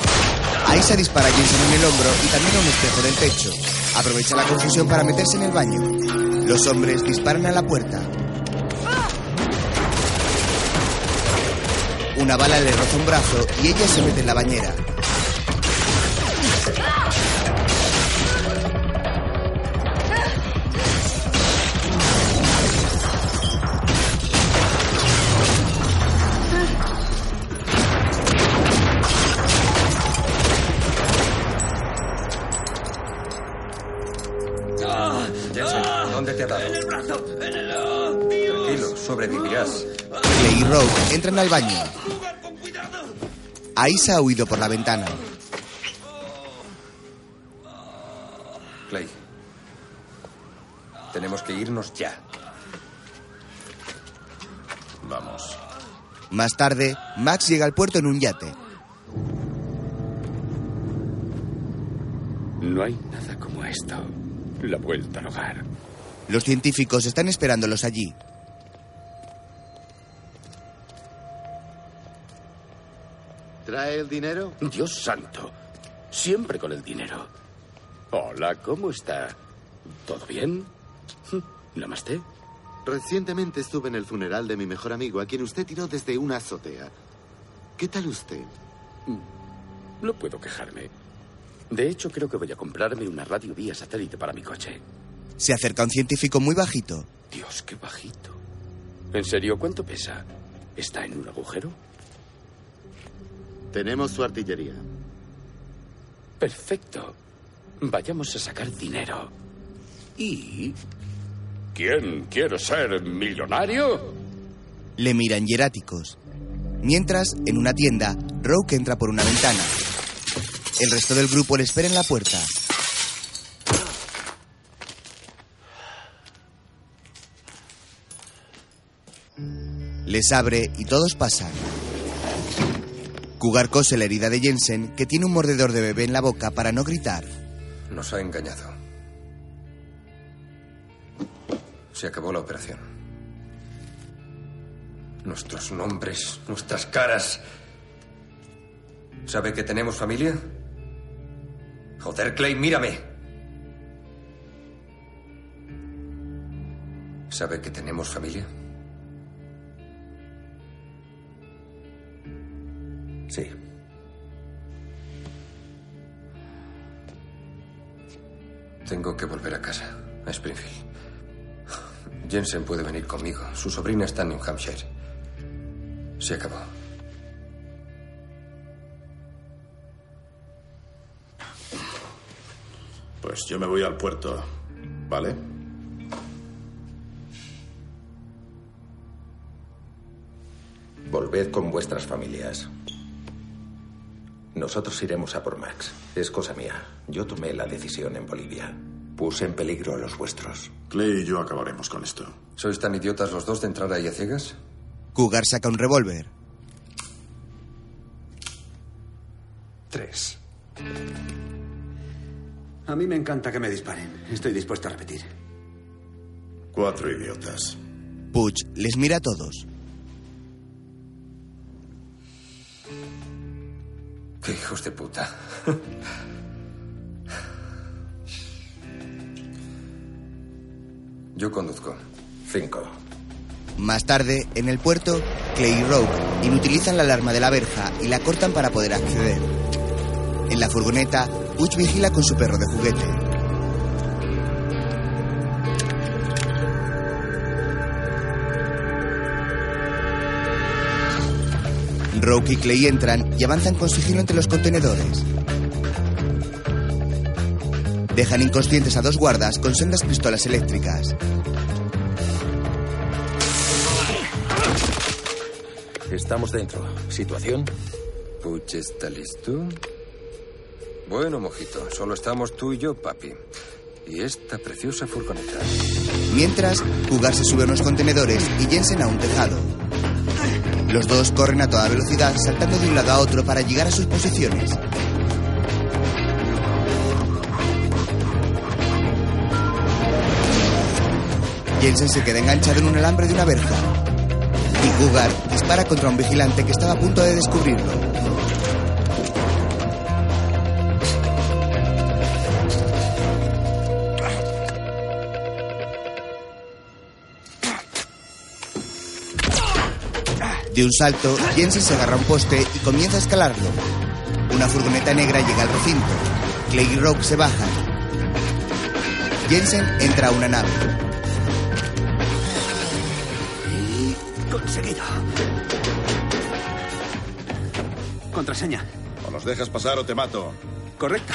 [SPEAKER 4] Aisha dispara a Jensen en el hombro y también a un espejo del techo. Aprovecha la confusión para meterse en el baño. Los hombres disparan a la puerta. Una bala le roza un brazo y ella se mete en la bañera.
[SPEAKER 2] Jensen, ¿dónde te ha dado?
[SPEAKER 1] Ah, ¡En el brazo! ¡En el... ¡Oh, Dios!
[SPEAKER 2] Tranquilo, sobrevivirás.
[SPEAKER 4] Clay y Rogue entran al baño. Aisha ha huido por la ventana.
[SPEAKER 2] Clay, tenemos que irnos ya.
[SPEAKER 3] Vamos.
[SPEAKER 4] Más tarde, Max llega al puerto en un yate.
[SPEAKER 7] No hay nada como esto. La vuelta al hogar.
[SPEAKER 4] Los científicos están esperándolos allí.
[SPEAKER 17] ¿Trae el dinero?
[SPEAKER 7] Dios santo. Siempre con el dinero. Hola, ¿cómo está? ¿Todo bien? Namaste.
[SPEAKER 17] Recientemente estuve en el funeral de mi mejor amigo, a quien usted tiró desde una azotea. ¿Qué tal usted?
[SPEAKER 7] No puedo quejarme. De hecho, creo que voy a comprarme una radio vía satélite para mi coche.
[SPEAKER 4] Se acerca un científico muy bajito.
[SPEAKER 7] Dios, qué bajito. ¿En serio cuánto pesa? ¿Está en un agujero?
[SPEAKER 17] Tenemos su artillería.
[SPEAKER 7] Perfecto. Vayamos a sacar dinero. ¿Y quién quiere ser millonario?
[SPEAKER 4] Le miran hieráticos. Mientras, en una tienda, Rogue entra por una ventana. El resto del grupo le espera en la puerta. Les abre y todos pasan. Cougar cose la herida de Jensen, que tiene un mordedor de bebé en la boca para no gritar.
[SPEAKER 2] Nos ha engañado. Se acabó la operación. Nuestros nombres, nuestras caras. ¿Sabe que tenemos familia? Joder, Clay, mírame. ¿Sabe que tenemos familia? Sí. Tengo que volver a casa, a Springfield. Jensen puede venir conmigo. Su sobrina está en New Hampshire. Se acabó.
[SPEAKER 3] Pues yo me voy al puerto, ¿vale?
[SPEAKER 25] Volved con vuestras familias. Nosotros iremos a por Max. Es cosa mía. Yo tomé la decisión en Bolivia. Puse en peligro a los vuestros.
[SPEAKER 3] Clay y yo acabaremos con esto.
[SPEAKER 2] ¿Sois tan idiotas los dos de entrar ahí a ciegas?
[SPEAKER 4] Cougar saca un revólver.
[SPEAKER 2] Tres.
[SPEAKER 1] A mí me encanta que me disparen. Estoy dispuesto a repetir.
[SPEAKER 3] Cuatro idiotas.
[SPEAKER 4] Butch les mira a todos.
[SPEAKER 2] Qué hijos de puta. Yo conduzco.
[SPEAKER 25] Cinco.
[SPEAKER 4] Más tarde, en el puerto, Clay y Rogue inutilizan la alarma de la verja y la cortan para poder acceder. En la furgoneta, Butch vigila con su perro de juguete. Rogue y Clay entran y avanzan con sigilo entre los contenedores. Dejan inconscientes a dos guardas con sendas pistolas eléctricas.
[SPEAKER 25] Estamos dentro. ¿Situación?
[SPEAKER 2] Puch está listo. Bueno, mojito, solo estamos tú y yo, papi. Y esta preciosa furgoneta.
[SPEAKER 4] Mientras, Cougar se sube a unos contenedores y Jensen a un tejado. Los dos corren a toda velocidad, saltando de un lado a otro para llegar a sus posiciones. Jensen se queda enganchado en un alambre de una verja. Y Cougar dispara contra un vigilante que estaba a punto de descubrirlo. De un salto, Jensen se agarra a un poste y comienza a escalarlo. Una furgoneta negra llega al recinto. Clay y Rogue se bajan. Jensen entra a una nave.
[SPEAKER 1] Conseguido. Contraseña.
[SPEAKER 3] O nos dejas pasar o te mato.
[SPEAKER 1] Correcta.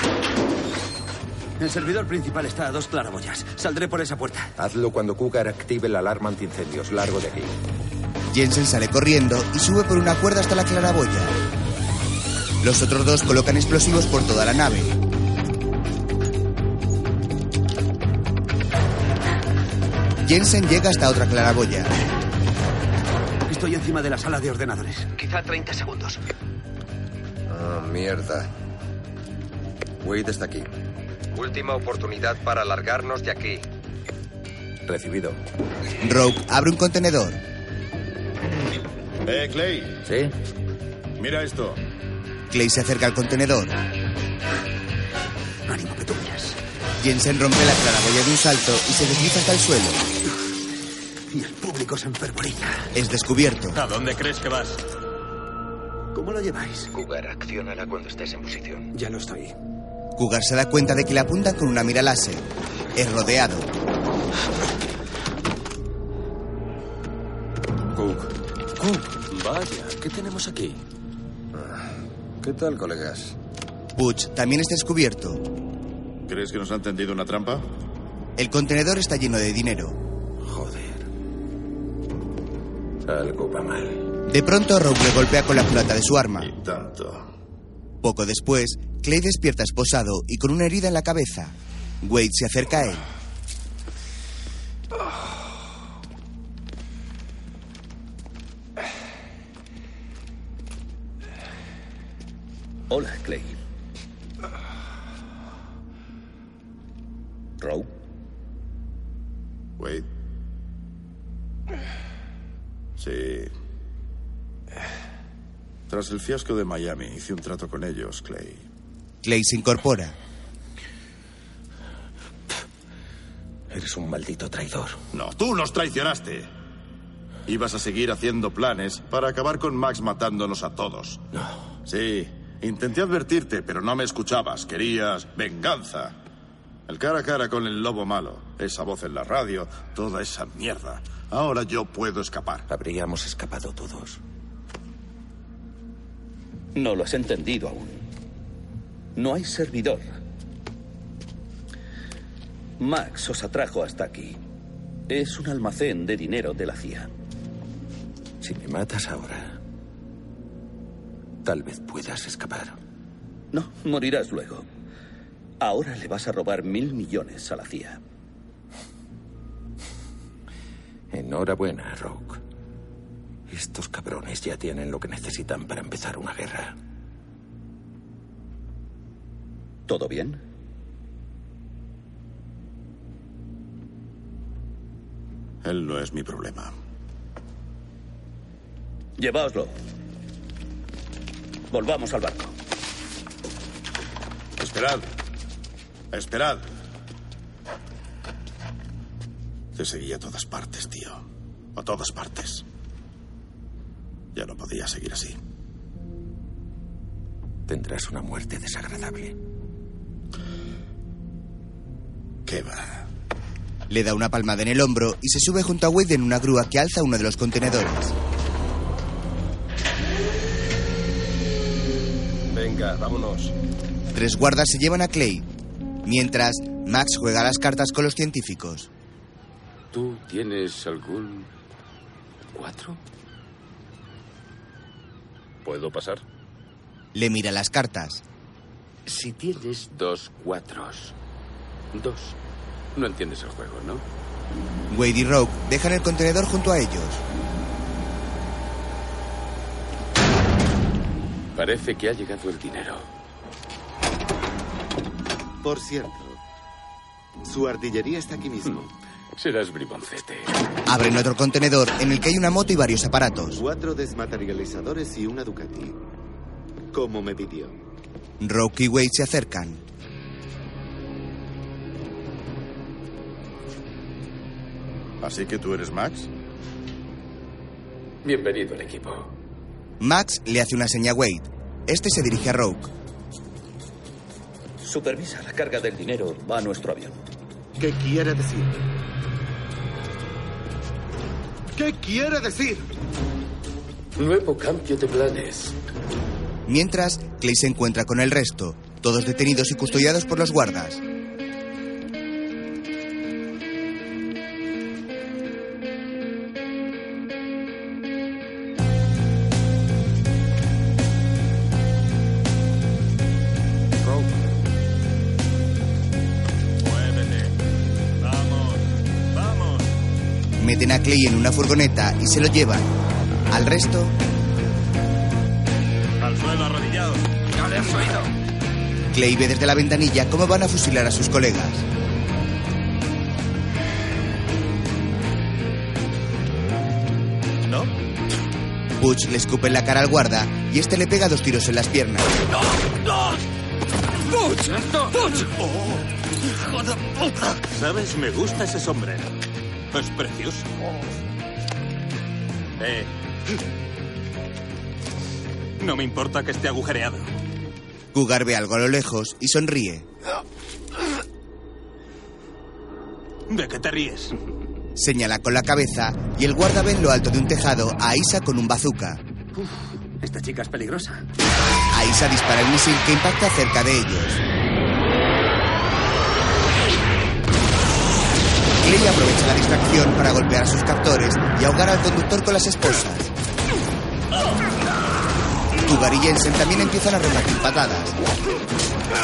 [SPEAKER 1] El servidor principal está a dos claraboyas. Saldré por esa puerta.
[SPEAKER 5] Hazlo cuando Cougar active la alarma antiincendios. Largo de aquí.
[SPEAKER 4] Jensen sale corriendo y sube por una cuerda hasta la claraboya. Los otros dos colocan explosivos por toda la nave. Jensen llega hasta otra claraboya.
[SPEAKER 1] Estoy encima de la sala de ordenadores.
[SPEAKER 12] Quizá 30 segundos.
[SPEAKER 2] Ah, mierda. Wade está aquí.
[SPEAKER 24] Última oportunidad para largarnos de aquí.
[SPEAKER 5] Recibido.
[SPEAKER 4] Rogue abre un contenedor.
[SPEAKER 3] Eh, Clay.
[SPEAKER 5] Sí.
[SPEAKER 3] Mira esto.
[SPEAKER 4] Clay se acerca al contenedor.
[SPEAKER 1] Ánimo, petunias.
[SPEAKER 4] Jensen rompe la claraboya de un salto y se desliza hasta el suelo.
[SPEAKER 1] Y el público se enfervoriza.
[SPEAKER 4] Es descubierto.
[SPEAKER 15] ¿A dónde crees que vas?
[SPEAKER 1] ¿Cómo lo lleváis?
[SPEAKER 24] Cougar, accionará cuando estés en posición.
[SPEAKER 1] Ya lo estoy.
[SPEAKER 4] Cougar se da cuenta de que le apuntan con una mira láser. Es rodeado.
[SPEAKER 2] Cook.
[SPEAKER 4] Cook.
[SPEAKER 2] Vaya, ¿qué tenemos aquí? ¿Qué tal, colegas?
[SPEAKER 4] Butch también es descubierto.
[SPEAKER 3] ¿Crees que nos han tendido una trampa?
[SPEAKER 4] El contenedor está lleno de dinero.
[SPEAKER 25] Algo va mal.
[SPEAKER 4] De pronto, Rogue le golpea con la culata de su arma.
[SPEAKER 25] Tanto.
[SPEAKER 4] Poco después, Clay despierta esposado y con una herida en la cabeza. Wade se acerca a él.
[SPEAKER 20] Hola, Clay. Row,
[SPEAKER 3] Wade. Sí. Tras el fiasco de Miami, hice un trato con ellos, Clay.
[SPEAKER 4] Clay se incorpora.
[SPEAKER 25] Eres un maldito traidor.
[SPEAKER 3] No, tú nos traicionaste. Ibas a seguir haciendo planes para acabar con Max matándonos a todos. No. Sí, intenté advertirte, pero no me escuchabas. Querías venganza. El cara a cara con el lobo malo, esa voz en la radio, toda esa mierda. Ahora yo puedo escapar.
[SPEAKER 25] Habríamos escapado todos.
[SPEAKER 20] no lo has entendido aún. No hay servidor. Max os atrajo hasta aquí. Es un almacén de dinero de la CIA.
[SPEAKER 25] Si me matas ahora, tal vez puedas escapar.
[SPEAKER 20] No, morirás luego. Ahora le vas a robar mil millones a la CIA.
[SPEAKER 25] Enhorabuena, Rogue. Estos cabrones ya tienen lo que necesitan para empezar una guerra.
[SPEAKER 20] ¿Todo bien?
[SPEAKER 3] Él no es mi problema.
[SPEAKER 20] Llevaoslo. Volvamos al barco.
[SPEAKER 3] Esperad. Esperad. Te seguí a todas partes, tío. A todas partes. Ya no podía seguir así.
[SPEAKER 25] Tendrás una muerte desagradable.
[SPEAKER 3] ¿Qué va?
[SPEAKER 4] Le da una palmada en el hombro y se sube junto a Wade en una grúa que alza uno de los contenedores.
[SPEAKER 2] Venga, vámonos.
[SPEAKER 4] Tres guardas se llevan a Clay. Mientras, Max juega a las cartas con los científicos.
[SPEAKER 7] ¿Tú tienes algún... cuatro? ¿Puedo pasar?
[SPEAKER 4] Le mira las cartas.
[SPEAKER 7] Si tienes dos cuatros. Dos. No entiendes el juego, ¿no?
[SPEAKER 4] Wade y Rogue dejan el contenedor junto a ellos.
[SPEAKER 7] Parece que ha llegado el dinero.
[SPEAKER 17] Por cierto, Su artillería está aquí mismo.
[SPEAKER 26] Hmm. Serás briboncete.
[SPEAKER 4] Abren otro contenedor en el que hay una moto y varios aparatos.
[SPEAKER 17] Cuatro desmaterializadores y una Ducati. Como me pidió.
[SPEAKER 4] Rocky y Wade se acercan.
[SPEAKER 3] Así que tú eres Max.
[SPEAKER 26] Bienvenido al equipo.
[SPEAKER 4] Max le hace una seña a Wade. Este se dirige a Rogue.
[SPEAKER 27] Supervisa la carga del dinero. Va a nuestro avión.
[SPEAKER 17] ¿Qué quiere decir? ¿Qué quiere decir?
[SPEAKER 26] Nuevo cambio de planes.
[SPEAKER 4] Mientras, Clay se encuentra con el resto, todos detenidos y custodiados por los guardas.
[SPEAKER 3] Muévete. Vamos. Vamos.
[SPEAKER 4] Meten a Clay en una furgoneta y se lo llevan. Al resto,
[SPEAKER 3] Al suelo arrodillados. ¡Ya le has oído!
[SPEAKER 4] Clay ve desde la ventanilla cómo van a fusilar a sus colegas.
[SPEAKER 3] ¿No?
[SPEAKER 4] Butch le escupe en la cara al guarda y este le pega dos tiros en las piernas.
[SPEAKER 10] ¡No! ¡Butch! ¡Butch! ¡Hijo de puta!
[SPEAKER 1] ¿Sabes? Me gusta ese sombrero. Es precioso. Eh. No me importa que esté agujereado.
[SPEAKER 4] Cougar ve algo a lo lejos y sonríe.
[SPEAKER 1] ¿De qué te ríes?
[SPEAKER 4] Señala con la cabeza y el guarda ve en lo alto de un tejado a Isa con un bazooka.
[SPEAKER 28] Esta chica es peligrosa.
[SPEAKER 4] A Isa dispara el misil que impacta cerca de ellos. Clay aprovecha la distracción para golpear a sus captores y ahogar al conductor con las esposas. Cougar y Jensen también empiezan a repartir patadas.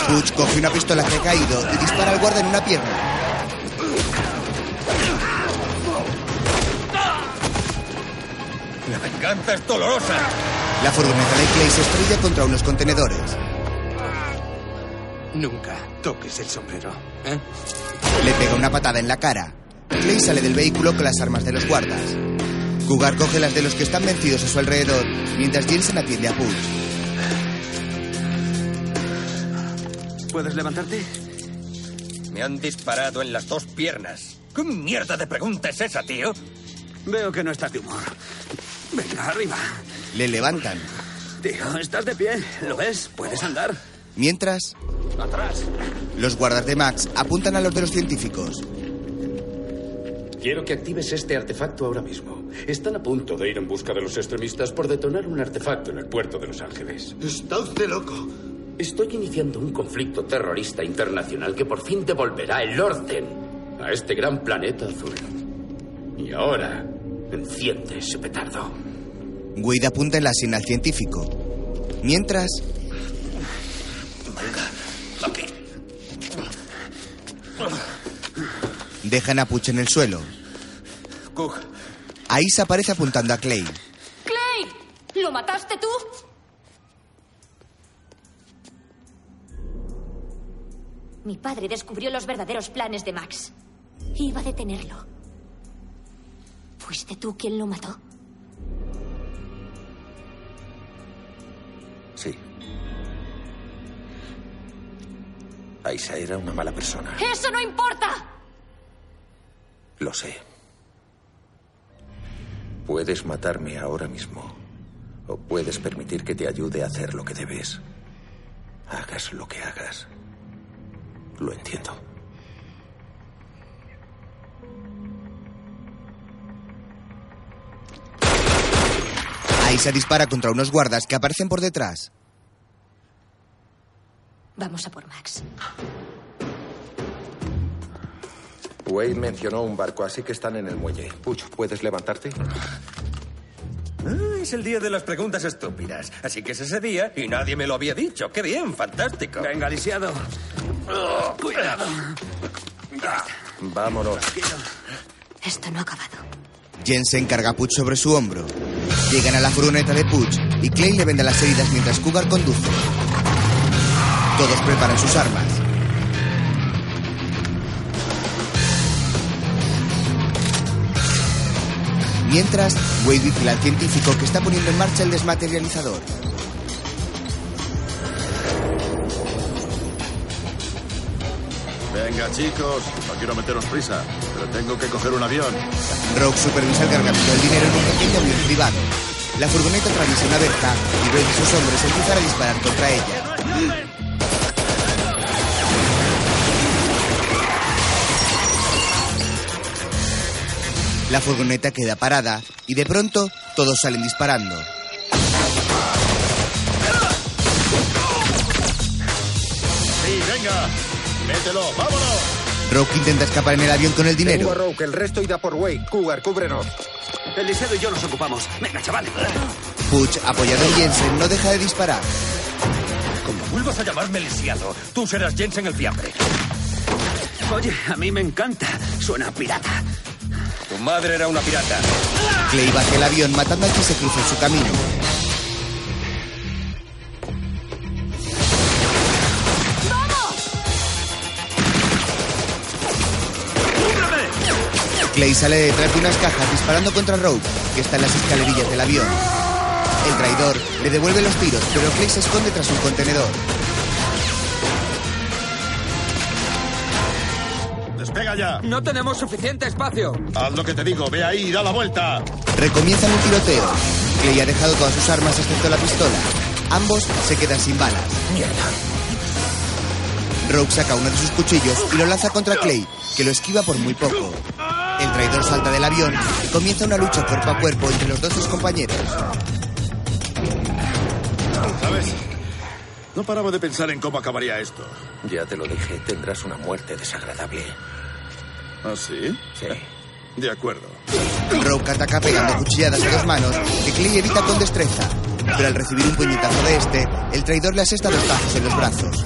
[SPEAKER 4] Butch coge una pistola que ha caído y dispara al guarda en una pierna.
[SPEAKER 2] La venganza es dolorosa.
[SPEAKER 4] La furgoneta de Clay se estrella contra unos contenedores.
[SPEAKER 1] Nunca toques el sombrero. ¿eh?
[SPEAKER 4] Le pega una patada en la cara. Clay sale del vehículo con las armas de los guardas. Cougar coge las de los que están vencidos a su alrededor, mientras Jensen atiende a Butch.
[SPEAKER 28] ¿Puedes levantarte?
[SPEAKER 2] Me han disparado en las dos piernas. ¿Qué mierda de pregunta es esa, tío?
[SPEAKER 28] Veo que no estás de humor. Venga, arriba.
[SPEAKER 4] Le levantan.
[SPEAKER 28] Tío, estás de pie. ¿Lo ves? ¿Puedes andar?
[SPEAKER 4] Mientras,
[SPEAKER 28] Atrás.
[SPEAKER 4] los guardas de Max apuntan a los de los científicos.
[SPEAKER 7] Quiero que actives este artefacto ahora mismo. Están a punto de ir en busca de los extremistas por detonar un artefacto en el puerto de Los Ángeles.
[SPEAKER 17] Está usted loco.
[SPEAKER 7] Estoy iniciando un conflicto terrorista internacional que por fin devolverá el orden a este gran planeta azul. Y ahora, enciende ese petardo.
[SPEAKER 4] Wade apunta en la sien al científico. Mientras, dejan a Butch en el suelo.
[SPEAKER 1] Cook.
[SPEAKER 4] Ahí se aparece apuntando a Clay.
[SPEAKER 29] ¡Clay! ¿Lo mataste tú?
[SPEAKER 16] Mi padre descubrió los verdaderos planes de Max. Iba a detenerlo. ¿Fuiste tú quien lo mató?
[SPEAKER 5] Sí. Aisa era una mala persona.
[SPEAKER 29] ¡Eso no importa!
[SPEAKER 5] Lo sé. Puedes matarme ahora mismo. O puedes permitir que te ayude a hacer lo que debes. Hagas lo que hagas. Lo entiendo.
[SPEAKER 4] Ahí se dispara contra unos guardas que aparecen por detrás.
[SPEAKER 16] Vamos a por Max.
[SPEAKER 7] Wade mencionó un barco, así que están en el muelle. Puch, ¿puedes levantarte?
[SPEAKER 2] Ah, es el día de las preguntas estúpidas. Así que es ese día y nadie me lo había dicho. ¡Qué bien! ¡Fantástico!
[SPEAKER 28] Venga, lisiado.
[SPEAKER 2] Cuidado.
[SPEAKER 7] Vámonos.
[SPEAKER 16] Esto no ha acabado.
[SPEAKER 4] Jensen carga a Puch sobre su hombro. Llegan a la furgoneta de Puch y Clay le vende las heridas mientras Cougar conduce. Todos preparan sus armas. Mientras, Wade vigila al científico que está poniendo en marcha el desmaterializador.
[SPEAKER 3] Venga, chicos, no quiero meteros prisa, pero tengo que coger un avión.
[SPEAKER 4] Rogue supervisa el cargamento del dinero en un pequeño avión privado. La furgoneta atraviesa una verja y Red y sus hombres empiezan a disparar contra ella. La furgoneta queda parada y de pronto todos salen disparando.
[SPEAKER 3] Sí, venga, mételo, vámonos.
[SPEAKER 4] Rogue intenta escapar en el avión con el
[SPEAKER 5] Tengo a
[SPEAKER 4] dinero.
[SPEAKER 5] Rogue, el resto irá por Wade. Cougar, cúbrenos.
[SPEAKER 1] Eliseo y yo nos ocupamos. Venga, chavales.
[SPEAKER 4] Puch, apoyado en Jensen, no deja de disparar.
[SPEAKER 20] Como vuelvas a llamarme lisiado, tú serás Jensen el fiambre.
[SPEAKER 1] Oye, a mí me encanta. Suena a pirata.
[SPEAKER 2] Tu madre era una pirata.
[SPEAKER 4] Clay baja el avión matando a quien se cruza en su camino. Clay sale de detrás de unas cajas disparando contra Rogue, que está en las escalerillas del avión. El traidor le devuelve los tiros, pero Clay se esconde tras un contenedor.
[SPEAKER 3] Despega ya.
[SPEAKER 15] No tenemos suficiente espacio.
[SPEAKER 3] Haz lo que te digo, ve ahí y da la vuelta.
[SPEAKER 4] Recomienzan un tiroteo. Clay ha dejado todas sus armas excepto la pistola. Ambos se quedan sin balas. Rogue saca uno de sus cuchillos y lo lanza contra Clay, que lo esquiva por muy poco. El traidor salta del avión y comienza una lucha cuerpo a cuerpo entre los dos sus compañeros.
[SPEAKER 3] ¿Sabes? No paraba de pensar en cómo acabaría esto.
[SPEAKER 25] Ya te lo dije, tendrás una muerte desagradable.
[SPEAKER 3] ¿Ah, sí?
[SPEAKER 25] Sí.
[SPEAKER 3] De acuerdo.
[SPEAKER 4] Rogue ataca pegando cuchilladas a dos manos que Clay evita con destreza, pero al recibir un puñetazo de este, el traidor le asesta dos tajos en los brazos.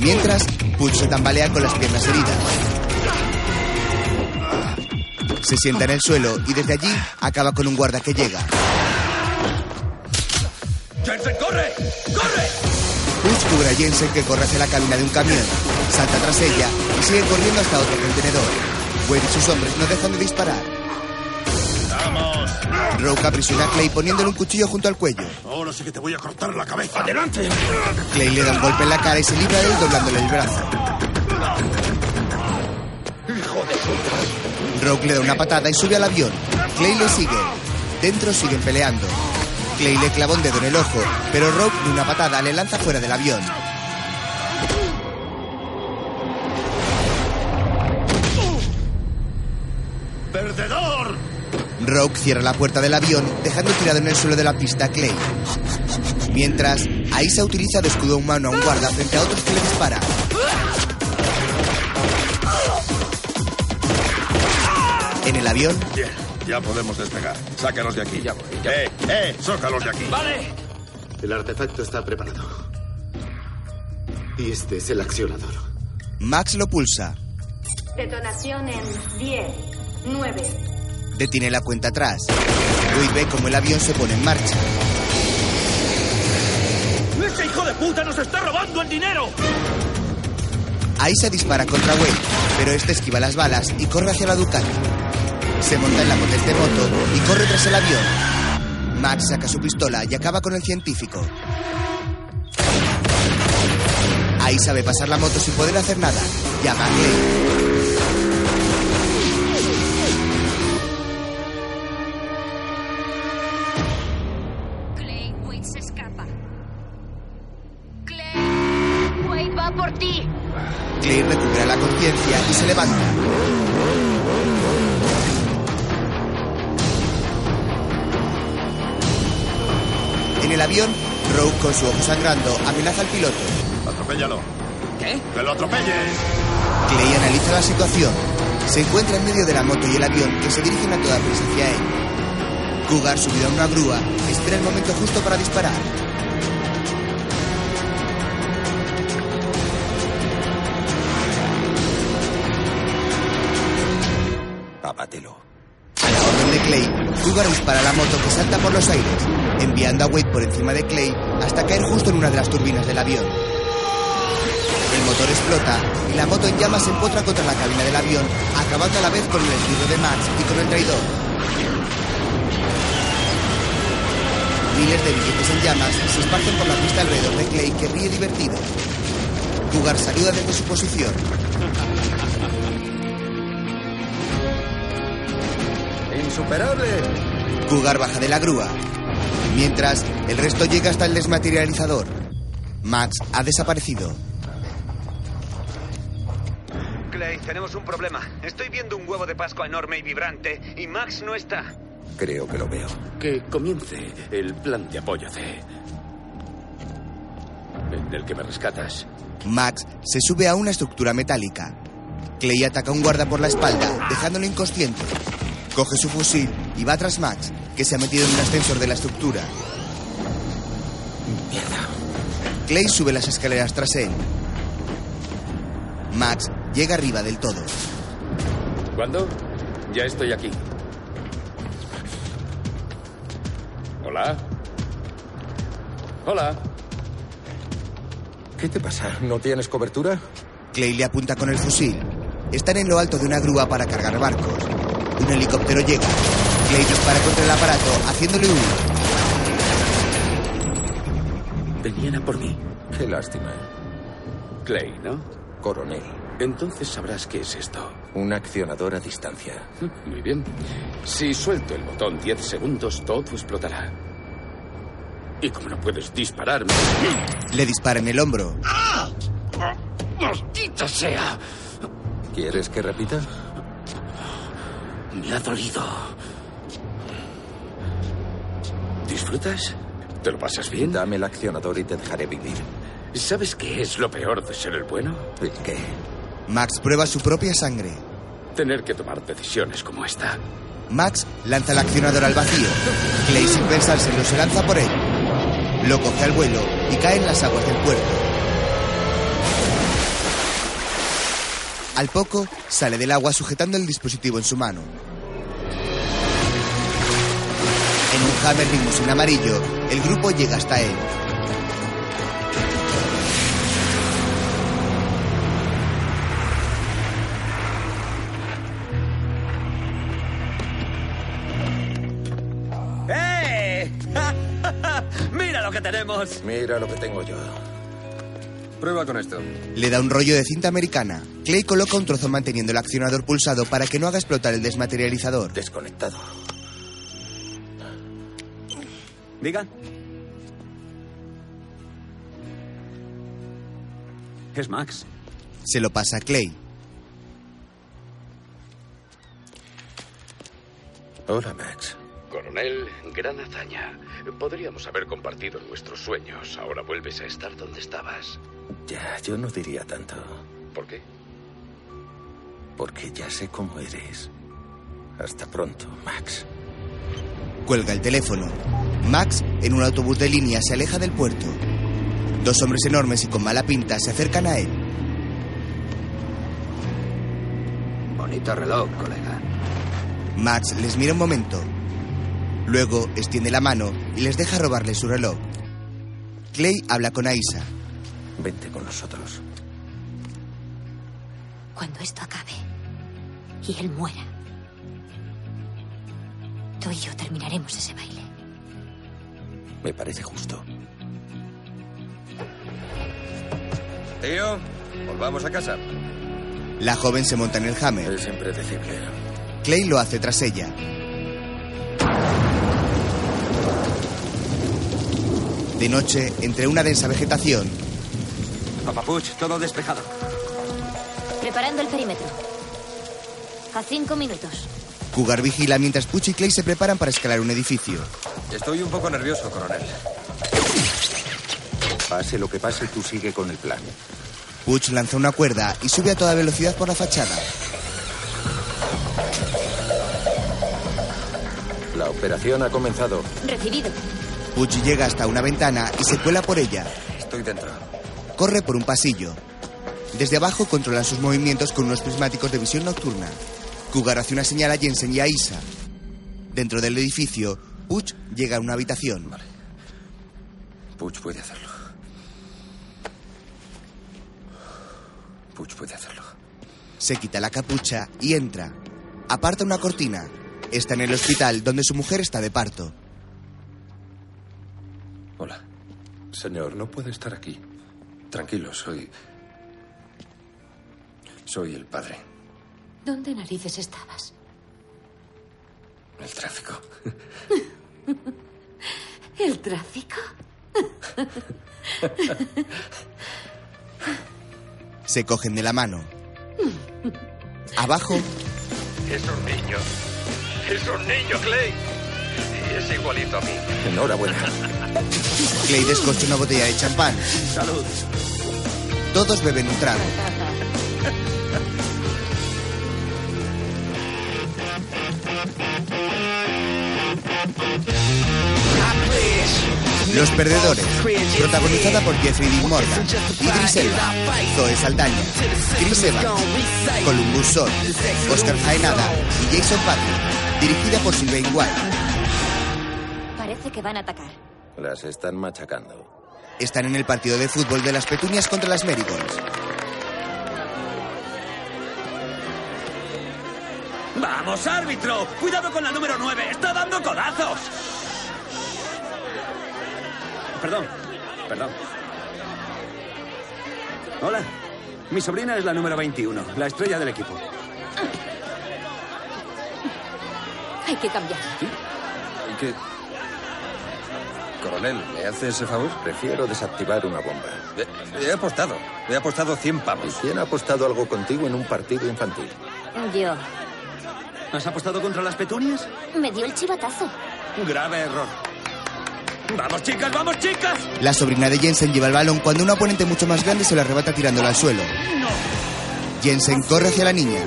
[SPEAKER 4] Mientras, Puch se tambalea con las piernas heridas. Se sienta en el suelo y desde allí acaba con un guarda que llega.
[SPEAKER 20] ¡Jensen, corre! ¡Corre!
[SPEAKER 4] Puch cubre a Jensen que corre hacia la cabina de un camión, salta tras ella y sigue corriendo hasta otro contenedor. Wade y sus hombres no dejan de disparar. Rogue aprisiona a Clay poniéndole un cuchillo junto al cuello.
[SPEAKER 3] Ahora sí que te voy a cortar la cabeza. ¡Adelante!
[SPEAKER 4] Clay le da un golpe en la cara y se libra de él doblándole el brazo. Rogue le da una patada y sube al avión. Clay le sigue. Dentro siguen peleando. Clay le clava un dedo en el ojo, pero Rogue de una patada le lanza fuera del avión.
[SPEAKER 3] ¡Perdedor!
[SPEAKER 4] Rogue cierra la puerta del avión, dejando tirado en el suelo de la pista a Clay. Mientras, Aisa utiliza de escudo humano a un guarda frente a otros que le dispara. En el avión,
[SPEAKER 3] Bien, ya podemos despegar. Sácalos de aquí. Ya voy, ¡Eh, eh! ¡Sócalos de aquí!
[SPEAKER 1] ¡Vale!
[SPEAKER 17] El artefacto está preparado. Y este es el accionador.
[SPEAKER 4] Max lo pulsa,
[SPEAKER 23] Detonación en 10, 9,
[SPEAKER 4] detiene la cuenta atrás. Wade ve cómo el avión se pone en marcha.
[SPEAKER 20] ¡Ese hijo de puta nos está robando el dinero!
[SPEAKER 4] Aisa dispara contra Wade, pero este esquiva las balas y corre hacia la Ducati. Se monta en la potente moto y corre tras el avión. Max saca su pistola y acaba con el científico. Aisa ve pasar la moto sin poder hacer nada. Llama a Clay.
[SPEAKER 8] Clay, Wade se escapa. Clay, Wade va por ti.
[SPEAKER 4] Clay recupera la conciencia y se levanta. En el avión, Rogue con su ojo sangrando amenaza al piloto.
[SPEAKER 3] Atropéllalo.
[SPEAKER 1] ¿Qué?
[SPEAKER 3] ¡Que lo atropelles!
[SPEAKER 4] Clay analiza la situación. Se encuentra en medio de la moto y el avión que se dirigen a toda prisa hacia él. Cougar, subido a una grúa, espera el momento justo para disparar.
[SPEAKER 25] Ábatelo.
[SPEAKER 4] A la orden de Clay, Cougar dispara la moto que salta por los aires, enviando a Wade por encima de Clay hasta caer justo en una de las turbinas del avión. El motor explota y la moto en llamas se empotra contra la cabina del avión, acabando a la vez con el tiro de Max y con el traidor. Miles de billetes en llamas se esparcen por la pista alrededor de Clay, que ríe divertido. Cougar saluda desde su posición.
[SPEAKER 2] ¡Insuperable!
[SPEAKER 4] Cougar baja de la grúa. Mientras, el resto llega hasta el desmaterializador. Max ha desaparecido.
[SPEAKER 1] Clay, tenemos un problema. Estoy viendo un huevo de Pascua enorme y vibrante y Max no está.
[SPEAKER 5] Creo que lo veo.
[SPEAKER 7] Que comience el plan de apoyo C. Del que me rescatas.
[SPEAKER 4] Max se sube a una estructura metálica. Clay ataca a un guarda por la espalda, dejándolo inconsciente. Coge su fusil y va tras Max, que se ha metido en un ascensor de la estructura.
[SPEAKER 25] Mierda.
[SPEAKER 4] Clay sube las escaleras tras él. Max llega arriba del todo.
[SPEAKER 7] ¿Cuándo? Ya estoy aquí. Hola. Hola.
[SPEAKER 2] ¿Qué te pasa? ¿No tienes cobertura?
[SPEAKER 4] Clay le apunta con el fusil. Están en lo alto de una grúa para cargar barcos. Un helicóptero llega. Clay dispara contra el aparato, haciéndole huir.
[SPEAKER 7] Venían a por mí.
[SPEAKER 25] Qué lástima.
[SPEAKER 24] ¿eh?
[SPEAKER 7] Clay, ¿no?
[SPEAKER 25] Coronel.
[SPEAKER 7] Entonces sabrás qué es esto.
[SPEAKER 25] Un accionador a distancia.
[SPEAKER 7] Mm, Muy bien. Si suelto el botón 10 segundos, todo explotará. Y como no puedes dispararme...
[SPEAKER 4] Le dispara en el hombro.
[SPEAKER 20] ¡Ah!
[SPEAKER 7] ¡Maldita sea!
[SPEAKER 25] ¿Quieres que repita?
[SPEAKER 7] Me ha dolido. ¿Disfrutas? ¿Te lo pasas bien?
[SPEAKER 25] Dame el accionador y te dejaré vivir.
[SPEAKER 7] ¿Sabes qué es lo peor de ser el bueno?
[SPEAKER 25] ¿El qué?
[SPEAKER 4] Max prueba su propia sangre.
[SPEAKER 7] Tener que tomar decisiones como esta.
[SPEAKER 4] Max lanza el accionador al vacío. Clay, sin pensárselo, se lanza por él. Lo coge al vuelo y cae en las aguas del puerto. Al poco, sale del agua sujetando el dispositivo en su mano. En un Hammer limusina amarillo, el grupo llega hasta él.
[SPEAKER 1] ¡Eh! ¡Mira lo que tenemos!
[SPEAKER 25] Mira lo que tengo yo.
[SPEAKER 2] Prueba con esto.
[SPEAKER 4] Le da un rollo de cinta americana. Clay coloca un trozo manteniendo el accionador pulsado para que no haga explotar el desmaterializador.
[SPEAKER 25] Desconectado.
[SPEAKER 1] Diga. Es Max.
[SPEAKER 4] Se lo pasa a Clay.
[SPEAKER 25] Hola, Max.
[SPEAKER 7] Coronel, gran hazaña. Podríamos haber compartido nuestros sueños. Ahora vuelves a estar donde estabas.
[SPEAKER 25] Ya, yo no diría tanto.
[SPEAKER 7] ¿Por qué?
[SPEAKER 25] Porque ya sé cómo eres. Hasta pronto, Max.
[SPEAKER 4] Cuelga el teléfono. Max, en un autobús de línea, se aleja del puerto. Dos hombres enormes y con mala pinta se acercan a él.
[SPEAKER 10] Bonito reloj, colega.
[SPEAKER 4] Max les mira un momento. Luego extiende la mano y les deja robarle su reloj. Clay habla con Aisa.
[SPEAKER 25] Vente con nosotros.
[SPEAKER 16] Cuando esto acabe y él muera, tú y yo terminaremos ese baile.
[SPEAKER 25] Me parece justo.
[SPEAKER 2] Tío, volvamos a casa.
[SPEAKER 4] La joven se monta en el Hammer.
[SPEAKER 25] Es impredecible.
[SPEAKER 4] Clay lo hace tras ella. De noche, entre una densa vegetación,
[SPEAKER 1] Papapuch, todo despejado.
[SPEAKER 16] Preparando el perímetro. A cinco minutos.
[SPEAKER 4] Cougar vigila mientras Puch y Clay se preparan para escalar un edificio.
[SPEAKER 2] Estoy un poco nervioso, coronel.
[SPEAKER 5] Pase lo que pase, tú sigue con el plan.
[SPEAKER 4] Puch lanza una cuerda y sube a toda velocidad por la fachada.
[SPEAKER 5] La operación ha comenzado.
[SPEAKER 16] Recibido.
[SPEAKER 4] Puch llega hasta una ventana y se cuela por ella.
[SPEAKER 2] Estoy dentro.
[SPEAKER 4] Corre por un pasillo. Desde abajo controlan sus movimientos con unos prismáticos de visión nocturna. Cougar hace una señal a Jensen y a Isa. Dentro del edificio, Puch llega a una habitación.
[SPEAKER 2] Puch puede hacerlo. Puch puede hacerlo.
[SPEAKER 4] Se quita la capucha y entra. Aparta una cortina. Está en el hospital donde su mujer está de parto.
[SPEAKER 2] Hola. Señor, no puede estar aquí. Tranquilo, soy. Soy el padre.
[SPEAKER 6] ¿Dónde narices estabas?
[SPEAKER 2] El tráfico.
[SPEAKER 6] ¿El tráfico?
[SPEAKER 4] Se cogen de la mano. Abajo,
[SPEAKER 24] Es un niño. Es un niño, Clay. Y es igualito a mí.
[SPEAKER 4] Enhorabuena. Clay descorcha una botella de champán.
[SPEAKER 24] Salud.
[SPEAKER 4] Todos beben un trago.
[SPEAKER 20] pues.
[SPEAKER 4] Los Perdedores, protagonizada por Jeffrey Dean Morgan, Idris Elba, Zoe Saldaña, Chris Evans, Columbus Sol, Oscar Jaenada y Jason Patrick, dirigida por Sylvain White.
[SPEAKER 16] Parece que van a atacar.
[SPEAKER 5] Las están machacando.
[SPEAKER 4] Están en el partido de fútbol de las Petunias contra las Marigolds.
[SPEAKER 1] ¡Vamos, árbitro! ¡Cuidado con la número 9! ¡Está dando codazos! Perdón, perdón. Hola, mi sobrina es la número 21, la estrella del equipo.
[SPEAKER 6] Hay que cambiar.
[SPEAKER 2] ¿Y qué? Coronel, ¿me hace ese favor?
[SPEAKER 5] Prefiero desactivar una bomba.
[SPEAKER 2] Eh, He apostado. He apostado 100 pavos.
[SPEAKER 5] ¿Quién ha apostado algo contigo en un partido infantil?
[SPEAKER 16] Yo.
[SPEAKER 1] ¿Has apostado contra las petunias?
[SPEAKER 16] Me dio el chivatazo.
[SPEAKER 1] Grave error. ¡Vamos, chicas! ¡Vamos, chicas!
[SPEAKER 4] La sobrina de Jensen lleva el balón cuando un oponente mucho más grande se lo arrebata tirándolo al suelo. Jensen corre hacia la niña.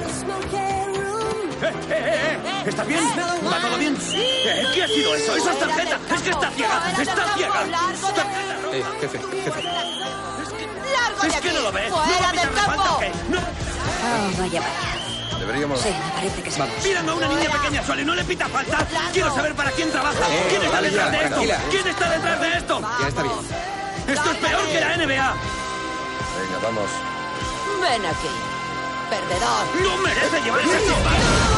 [SPEAKER 1] Eh, ¿Está bien? ¿Va todo bien? Eh, ¿Qué ha sido eso? ¡Esa es tarjeta! ¡Es que está ciega! ¡Está ciega! ¡Tarjeta roja!
[SPEAKER 2] Eh, jefe, jefe.
[SPEAKER 1] ¡Es que no lo ves! ¡No va a pillar la falta! ¿qué?
[SPEAKER 16] Oh, vaya, vaya.
[SPEAKER 2] Deberíamos.
[SPEAKER 16] Sí, me parece que sí.
[SPEAKER 1] Pidan a una niña pequeña, Suele, no le pita falta. Quiero saber para quién trabaja.
[SPEAKER 15] Eh,
[SPEAKER 1] ¿Quién está
[SPEAKER 15] vale ya,
[SPEAKER 1] detrás de esto?
[SPEAKER 15] tranquila.
[SPEAKER 1] ¿Quién está detrás de esto?
[SPEAKER 15] Ya está bien.
[SPEAKER 1] Esto es peor que la NBA.
[SPEAKER 2] Venga, vamos.
[SPEAKER 6] Ven aquí. Perdedor.
[SPEAKER 1] No merece llevarse esto.